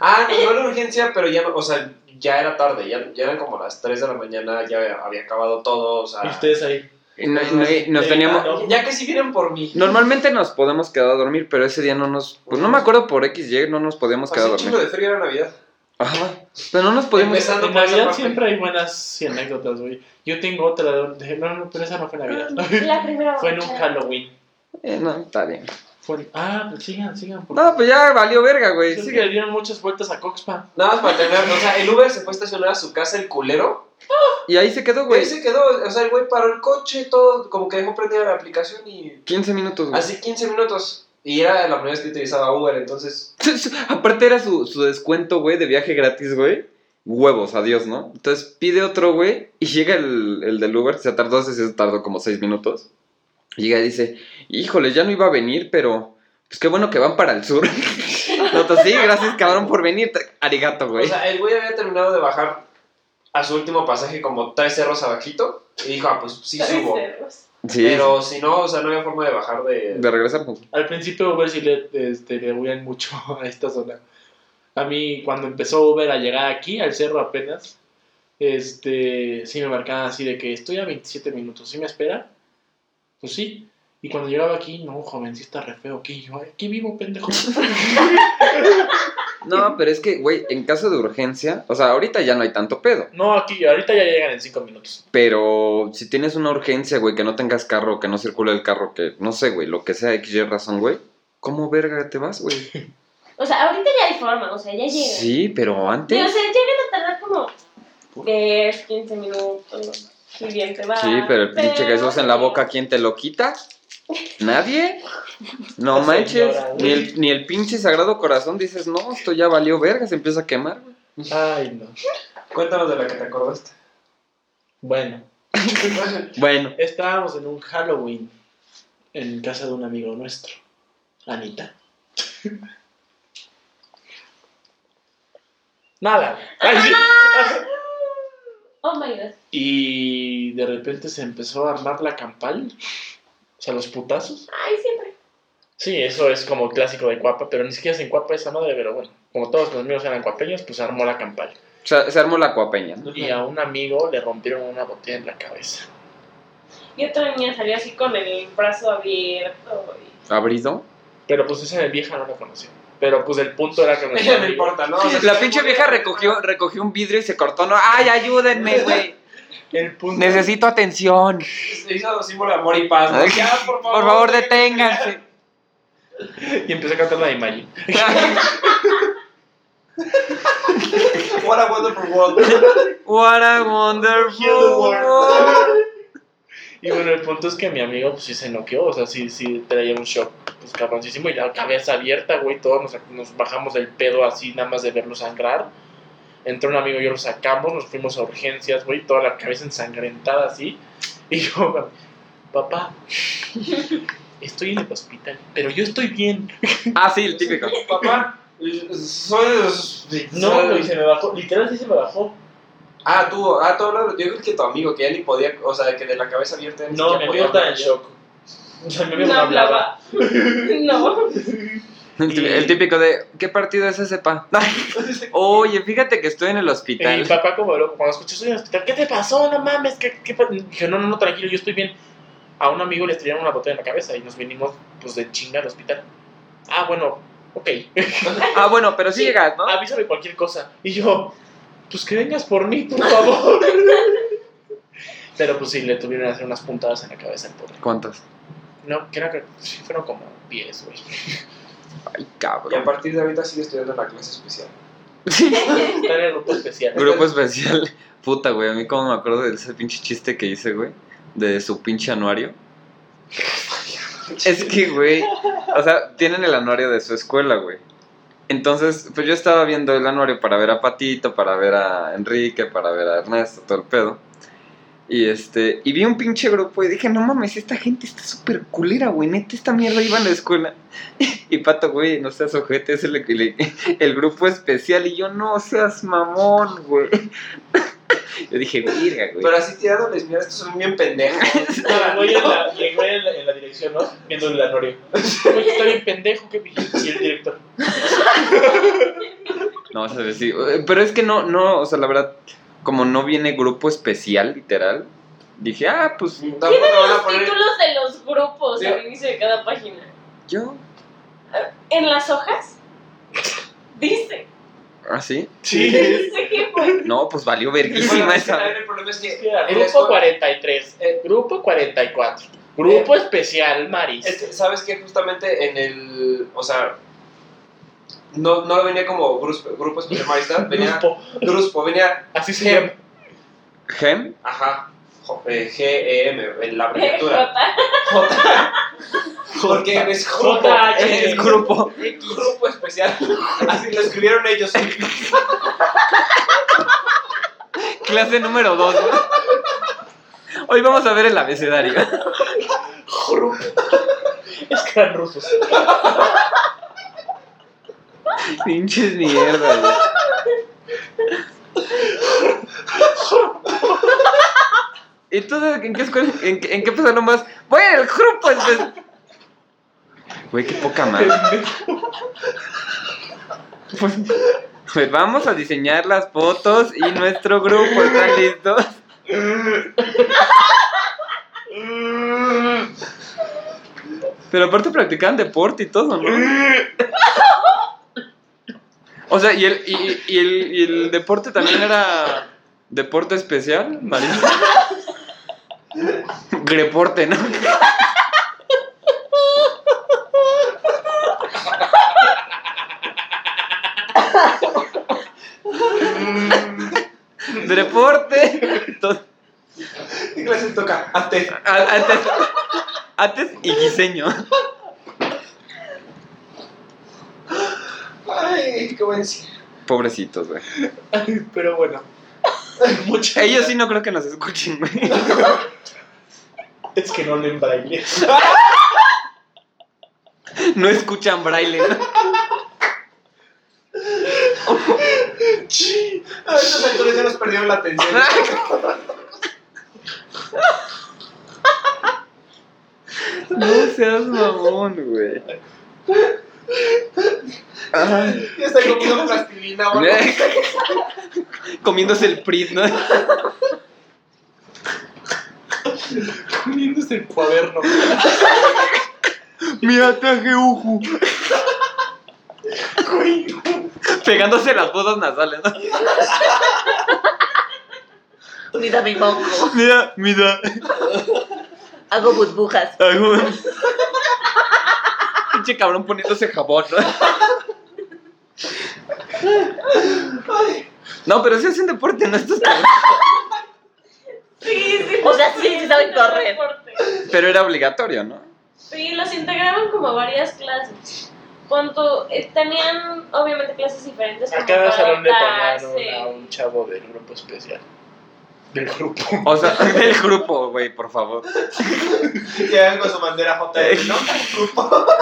D: Ah, no, no era urgencia, pero ya, no- o sea, ya era tarde, ya, ya eran como las 3 de la mañana, ya había- había acabado todo, o sea... Ah,
B: Y ustedes ahí.
C: Y no- y no- y nos
B: Eh,
C: Este, teníamos,
B: no,
D: Ya que si vienen por mí.
C: Normalmente nos podemos quedar a dormir, pero ese día no nos. Pues no me acuerdo por X, Y, no nos podíamos
D: Hacía
C: quedar a
D: un chingo
C: dormir.
D: de frío era Navidad.
C: Ajá. Pero no nos podíamos.
D: Empezando
B: En
D: por esa
B: Navidad
D: parte.
B: siempre hay buenas anécdotas, güey. Yo tengo otra de... No, no, pero esa no fue
E: Ah,
B: Navidad.
E: La primera
B: fue en un
E: borrachera.
B: Halloween.
C: Eh, no, está bien.
B: Fue en- Ah, pues sigan, sigan. por-
C: No, pues ya valió verga, güey.
B: Es que
C: sigue.
B: le dieron muchas vueltas a Coxpa.
D: Nada más para terminar, o sea, el Uber se fue a estacionar a su casa, el culero.
C: Y ahí se quedó,
D: Y ahí
C: güey.
D: se quedó, o sea, el güey paró el coche, todo, como que dejó prendida la aplicación y...
C: 15 minutos, güey.
D: Así 15 minutos. Y era la primera vez que utilizaba Uber, entonces...
C: Aparte era su, su descuento, güey, de viaje gratis, güey. Huevos, adiós, ¿no? Entonces pide otro, güey, y llega el, el del Uber, se tardó, se se tardó como 6 minutos. Llega y dice, híjole, ya no iba a venir, pero pues qué bueno que van para el sur. Nosotros, sí, gracias, cabrón, por venir. Arigato, güey.
D: O sea, el güey había terminado de bajar a su último pasaje como tres cerros abajito. Y dijo, ah, pues sí
E: Tres
D: subo.
E: cerros.
C: Sí,
D: Pero si no, o sea, no había forma de bajar de...
C: de regresar. pues.
B: Al principio Uber sí le, este, le huían mucho a esta zona. A mí, cuando empezó Uber a llegar aquí, al cerro apenas, este, sí me marcaban así de que estoy a 27 minutos, ¿sí me espera? Pues sí. Y cuando llegaba aquí, no, joven, sí está re feo aquí. Yo, aquí vivo, pendejo.
C: No, pero es que, güey, en caso de urgencia, o sea, ahorita ya no hay tanto pedo.
B: No, aquí, ahorita ya llegan en 5 minutos.
C: Pero si tienes una urgencia, güey, que no tengas carro, que no circule el carro, que no sé, güey, lo que sea, XY razón, güey, ¿cómo verga te vas, güey?
E: O sea, ahorita ya hay forma, o sea, ya llegan.
C: Sí, pero
E: Y, o
C: antes.
E: sea, llegan a tardar como 10, 15 minutos. Si bien te va.
C: Sí, pero el pinche Jesús en la boca, ¿quién te lo quita? ¿Nadie? No
B: La
C: manches.
B: señora,
C: Ni
B: güey.
C: el, ni el pinche sagrado corazón dices, no, esto ya valió verga, se empieza a quemar, güey.
B: Ay, no.
D: Cuéntanos de la que te acordaste.
B: Bueno,
C: Bueno,
B: estábamos en un Halloween en casa de un amigo nuestro, Anita. Nada. Ay, sí.
E: Oh my god.
B: Y de repente se empezó a armar la campal. O sea, los putazos.
E: Ay, siempre.
B: Sí, eso es como clásico de Cuapa, pero ni siquiera es en Cuapa esa madre, pero bueno, como todos los amigos eran cuapeños, pues armó la campaña.
C: Se, se armó la cuapeña. ¿no?
B: Y a un amigo le rompieron una botella en la cabeza.
E: Y otra niña salió así con el brazo abierto. y-
C: ¿Abrido?
B: Pero pues esa vieja no la conoció. Pero pues el punto era que nuestro
D: No
B: amigo-
D: importa, ¿no? O sea,
C: La pinche vieja recogió, recogió un vidrio y se cortó. No, ay, ayúdenme, güey.
B: El punto
C: Necesito atención.
D: Se hizo símbolo de amor y paz. ¿no?
C: Ay,
D: Ya, por favor.
C: Por favor, deténganse.
B: Y empecé a cantar la de Imagine.
D: What a wonderful world.
C: What a wonderful world.
B: Y bueno, el punto es que mi amigo pues sí se noqueó, o sea, sí, sí traía un shock pues cabroncísimo y la cabeza abierta, güey, todos nos, nos bajamos del pedo así nada más de verlo sangrar. Entró un amigo y yo lo sacamos, nos fuimos a urgencias, güey, toda la cabeza ensangrentada así. Y yo, papá, estoy en el hospital, pero yo estoy bien.
C: Ah, sí, el típico.
D: Papá, soy de los.
B: No, güey, se me bajó, literal sí se me bajó.
D: Ah, tú, ah, tú hablas, yo creo que tu amigo, que ya ni podía, o sea, que de la cabeza abierta ya ni
B: No,
D: siquiera
B: mi
D: podía
B: amigo estaba en
D: hablar.
B: shock. O sea, mi amigo
E: No
B: no hablaba.
E: hablaba. No.
C: El tí- el típico de, ¿qué partido es ese, pa? Oye, fíjate que estoy en el
B: Y mi
C: hospital.
B: papá como loco, cuando escuchó estoy en el hospital, ¿qué te pasó? No mames, ¿qué, qué pa-?" Dije, no, no, no, tranquilo, yo estoy bien. A un amigo le estrellaron una botella en la cabeza y nos vinimos, pues, de chinga al hospital. Ah, bueno, ok,
C: Ah, bueno, pero sí llegas, ¿no?
B: avísame cualquier cosa. Y yo, pues que vengas por mí, por favor. Pero pues sí, le tuvieron que hacer unas puntadas en la cabeza al pobre.
C: ¿Cuántas?
B: No, creo que sí fueron como 10, güey.
C: Ay,
D: Y a
C: cabrón.
D: partir de ahorita sigue estudiando en la clase especial.
B: Está en el grupo especial.
C: Grupo especial. Puta, güey, a mí como me acuerdo de ese pinche chiste que hice, güey, de su pinche anuario. Es que, güey, o sea, tienen el anuario de su escuela, güey. Entonces, pues yo estaba viendo el anuario para ver a Patito, para ver a Enrique, para ver a Ernesto, todo el pedo. Y este, y vi un pinche grupo y dije, no mames, esta gente está súper culera, güey, neta, esta mierda iba a la escuela. Y Pato, güey, no seas ojete, es el, el, el grupo especial. Y yo, no seas mamón, güey. Yo dije, virga, güey.
D: Pero así tirándoles mira, estos son bien pendejos.
B: Ah, güey, en la- y el güey en la, en la dirección, ¿no? Viendo el anuario. Güey, está bien pendejo, qué pinche. Y el director.
C: No, o sea, sí, eh, Pero es que no, no, o sea, la verdad, como no viene grupo especial, literal, dije, ah, pues
D: Tampoco te van a
E: Los
D: poner.
E: títulos de los grupos
D: Sí.
E: al inicio de cada página.
C: yo,
E: En las hojas dice.
C: así.
B: Sí.
E: Dice que fue.
C: No, pues valió
D: Bueno,
C: verguísima
D: es que
C: esa.
D: también el problema es que. en la
B: Grupo
D: escuela-
B: 43, eh, grupo 44, grupo especial Maris.
D: Es que, ¿sabes qué? Justamente en el. O sea. No, no venía como grupo, grupo especial Marista, venía.
B: grupo,
D: Gruspo, venía.
B: así se
D: Gem.
B: llama.
C: Gem,
D: Ajá. jo- eh, G-E-M, en la
E: E
D: abreviatura.
E: Jota.
D: Porque es grupo.
B: J, H,
D: Es
C: es grupo.
D: grupo especial. Así lo escribieron ellos.
C: Clase número 2. Hoy vamos a ver el abecedario.
B: grupo. Es que eran rusos.
C: Pinches mierda, güey. Entonces, ¿en qué escuela, en, qué- en qué empezaron más? Voy en el grupo, entonces. Güey, qué poca madre. Pues, pues vamos a diseñar las fotos y nuestro grupo, ¿están listos? Pero aparte practicaban deporte y todo, ¿no? O sea, y el, y, y el, y el deporte también era deporte especial, María. Greporte, ¿no? Deporte. To-
D: ¿Qué clase toca? Antes.
C: a- Antes, antes y diseño.
D: Ay, qué buen sí.
C: Pobrecitos, güey.
B: Pero bueno. Mucha-
C: Ellos sí no creo que nos escuchen, güey.
B: Es que no leen braille.
C: No escuchan braille. ¿no?
D: A estos actores ya nos perdieron la atención.
C: No seas mamón, güey. Ay,
D: Ya está comiendo plastilina, güey.
C: Comiéndose el prit, ¿no?
B: Comiéndose el cuaderno.
C: Mira, traje uju. Pegándose las bodas nasales, ¿no?
F: Mira mi moco.
C: Mira, mira.
F: Hago burbujas.
C: Ay, güey. Pinche cabrón poniéndose jabón, ¿no? No, pero sí hacen deporte, ¿no? Estos cabrones.
E: Sí, sí.
F: O sea, sí, sí saben correr.
E: deporte.
C: Pero era obligatorio, ¿no?
E: Sí, los integraban como varias clases. Cuando eh, tenían, obviamente, clases diferentes.
B: A
E: como
B: cada
E: para
B: salón le
E: darse-
B: ponían una- un chavo del grupo especial. Del grupo.
C: O sea, del grupo, güey, por favor.
D: Ya con su bandera JL, ¿no?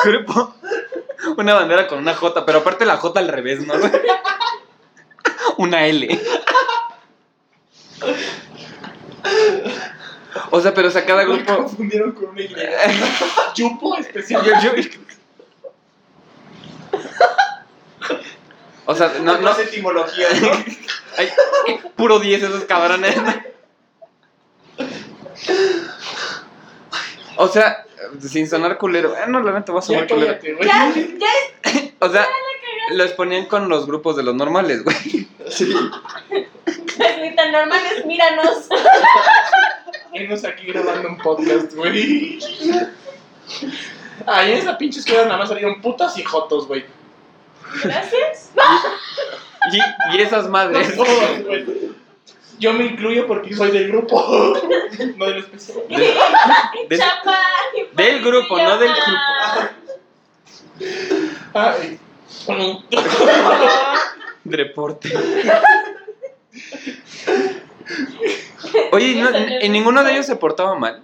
C: Grupo. Una bandera con una J, pero aparte la J al revés, ¿no? güey? Una L. O sea, pero o sea, cada
B: Me
C: grupo.
B: confundieron con una Y. Yupo
C: Yo-
B: especial.
C: yo- O sea, no, no.
D: No sé etimología, ¿no?
C: ay, puro 10 esos cabrones. O sea, sin sonar culero. Eh, no, la neta va a
B: Ya
C: sonar culero.
B: cállate, güey.
E: Ya, ya
C: O sea, los ponían con los grupos de los normales, güey.
B: Sí.
E: es ni tan normal, es míranos.
B: Venos aquí grabando un podcast, güey. Ahí en esa pinche escuela nada más salieron putas y jotos, güey.
E: Gracias.
C: Y, y esas madres.
B: Todos, güey. Yo me incluyo porque soy del grupo. No del especial.
E: Y
C: Del-
E: Chapa. y
C: del grupo, no del grupo.
E: Patricia.
B: Ay.
C: Reporte. Oye, ¿y no- ¿en ninguno de ellos se portaba mal?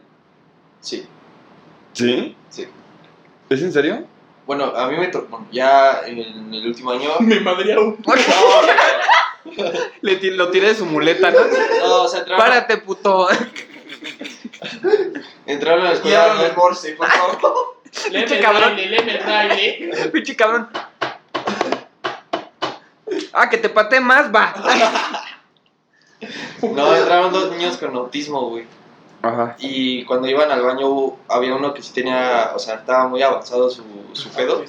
J: Sí.
C: ¿Sí?
J: Sí.
C: ¿Es en serio?
J: Bueno, a mí me tocó. Bueno, ya en el último año.
B: Me madrearon.
C: Le ti- lo tiré de su muleta, ¿no?
J: No, o sea, entraron,
C: Párate, puto.
J: entraron a la
D: Y
J: escuela.
D: hablan de Morse, por favor.
B: Leme el
C: cabrón.
B: baile, leme el baile.
C: Pinche cabrón. Ah, que te pateé más, va.
J: No, entraron dos niños con autismo, güey.
C: Ajá.
J: Y cuando iban al baño hubo- había uno que sí tenía, o sea, estaba muy avanzado su,
B: Ah,
J: su pedo.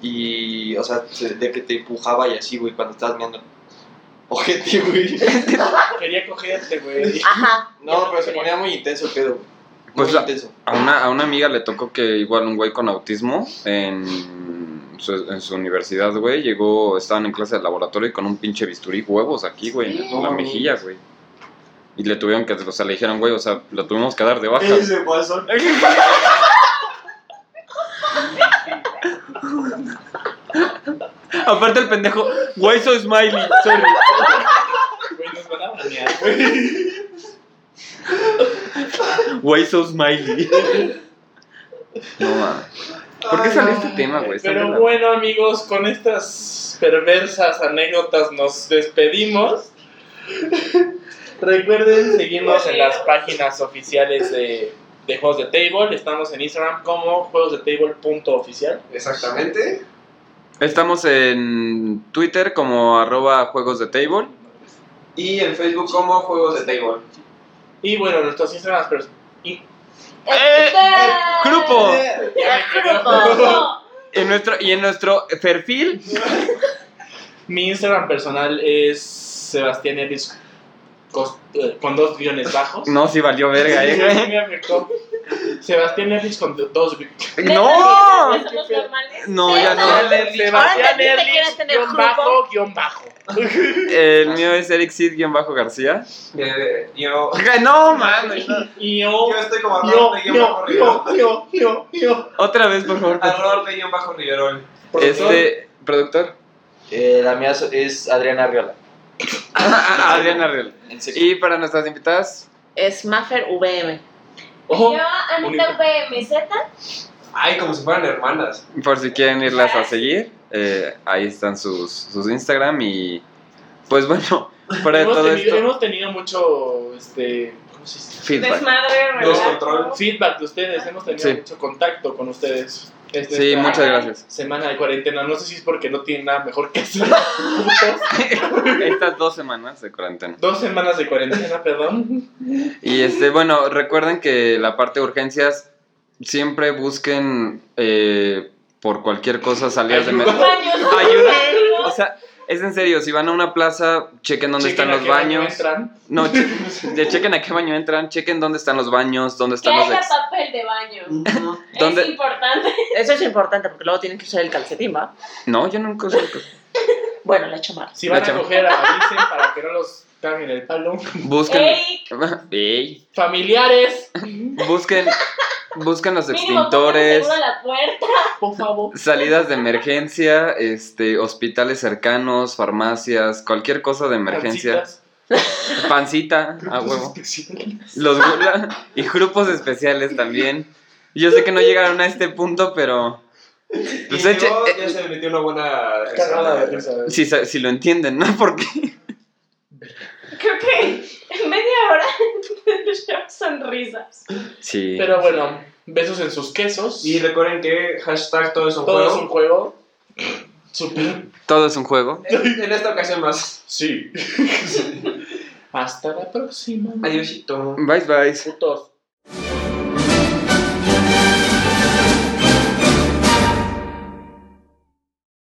J: Y, o sea, se- de que te empujaba y así, güey, cuando estabas mirando. Ojete, güey.
B: Quería cogerte, güey.
F: Ajá.
J: No, pero se ponía muy intenso el pedo, güey. Muy
C: Pues la-
J: intenso.
C: A una, a una amiga le tocó que igual un güey con autismo en su, en su universidad, güey, llegó, estaban en clase de laboratorio y con un pinche bisturí huevos aquí, güey, en la
J: No.
C: mejilla, güey. Y le tuvieron que, o sea, le dijeron, güey, o sea, lo tuvimos que dar de baja.
D: Ese guasón.
C: Aparte el pendejo, güey, soy smiley, sorry.
B: Güey, nos van a banear, güey.
C: Güey, soy smiley. No mames. ¿Por qué
D: Ay,
C: salió
D: no.
C: este tema, güey? Está de
B: Pero
C: la-
B: bueno, amigos, con estas perversas anécdotas nos despedimos. Recuerden seguirnos en las páginas oficiales de, de Juegos de Table. Estamos en Instagram como juegosdetable.oficial.
D: Exactamente.
C: Estamos en Twitter como arroba juegos de table.
D: Y en Facebook como Juegos de Table.
B: Y bueno, nuestros Instagrams... pers- y-
C: Eh,
E: Este-
C: grupo.
B: ya me quedé.
E: Grupo.
C: En nuestro, y en nuestro perfil
B: Mi Instagram personal es Sebastián Ellis cos- eh, con dos guiones bajos.
C: No, sí valió verga,
B: Sí,
C: eh.
B: me afectó. Sebastián Ellis con dos gui-
C: ¡No!
E: Neta, ¿no somos normales?
C: No, ya no.
F: Ahora
B: Sebastián
F: también te quieres
B: Erlich,
F: tener
B: guión
F: grupo.
B: bajo, guión bajo.
C: El mío es Eric Sid-García.
D: Eh, Yo,
C: Ay, Ah, No, mames.
B: Y
D: yo
B: yo,
D: estoy como
B: yo,
D: Arnoldo guión bajo
B: yo,
D: Riverol.
B: yo, yo, yo, yo.
C: Otra vez, por favor.
D: Arnoldo guión bajo Riverol.
B: Ah,
C: Este, productor.
J: Eh, la mía so- es Adriana Arriola.
C: Adrián Arriola.
J: En serio.
C: Y para nuestras invitadas,
F: Es Maffer VM.
B: Ojo,
E: Yo, Anita VMZ.
D: Ay, como si fueran hermanas.
C: por si quieren irlas a seguir, eh, ahí están sus, sus Instagram y pues bueno, fuera de
B: hemos,
C: todo
B: tenido,
C: esto.
B: hemos tenido mucho, este, ¿cómo existe.
C: Feedback.
E: Desmadre,
D: Descontrol.
E: relajo.
B: Feedback de ustedes, hemos tenido
C: Sí.
B: mucho contacto con ustedes. Este, Es
C: Sí,
B: nuestra
C: muchas gracias.
B: Semana de cuarentena, no sé si es porque no tienen nada mejor que hacer. Putos.
C: Estas dos semanas de cuarentena.
B: Dos semanas de cuarentena, perdón.
C: Y este, bueno, recuerden que la parte de urgencias siempre busquen eh, por cualquier cosa salidas de
B: Ayuda.
C: metro.
E: Baños.
C: Ayuda. O sea, es en serio, si van a una plaza, chequen dónde
B: Chequen
C: están
B: a
C: los
B: qué baño
C: baños.
B: entran.
C: No, che- de- chequen a qué baño entran, chequen dónde están los baños, dónde
E: Que
C: están los
E: haya
C: ex.
E: papel de baño.
C: ¿Dónde-
E: Es importante.
F: Eso es importante porque luego tienen que usar el calcetín, ¿va?
C: No, yo nunca uso el co-
F: Bueno, la he hecho mal.
B: Si van
C: La
B: a
C: chava.
B: coger, avisen para que no los caguen el palo.
C: Busquen.
E: Ey,
C: Ey.
B: Familiares,
C: Busquen, busquen los
E: mínimo póngale
C: extintores.
E: seguro a la puerta.
B: por favor.
C: Salidas de emergencia, este, hospitales cercanos, farmacias, cualquier cosa de emergencia.
B: Pancitas.
C: Pancita, a huevo. Los gula- y grupos especiales también. Yo sé que no llegaron a este punto, pero Pues
D: y
C: eche-
D: yo ya
C: eh,
D: se me metió una buena.
B: Cagada de risa.
C: si, sa- si lo entienden, ¿no? Porque
E: Creo que en media hora yo sonrisas.
C: sí.
B: Pero bueno, besos en sus quesos.
D: Y recuerden que hashtag todo es un
B: Todo es un
D: juego.
B: juego. Super.
C: Todo es un juego.
D: En esta ocasión más.
B: Sí. Hasta la próxima.
D: Adiósito.
C: Bye bye.
B: Putos.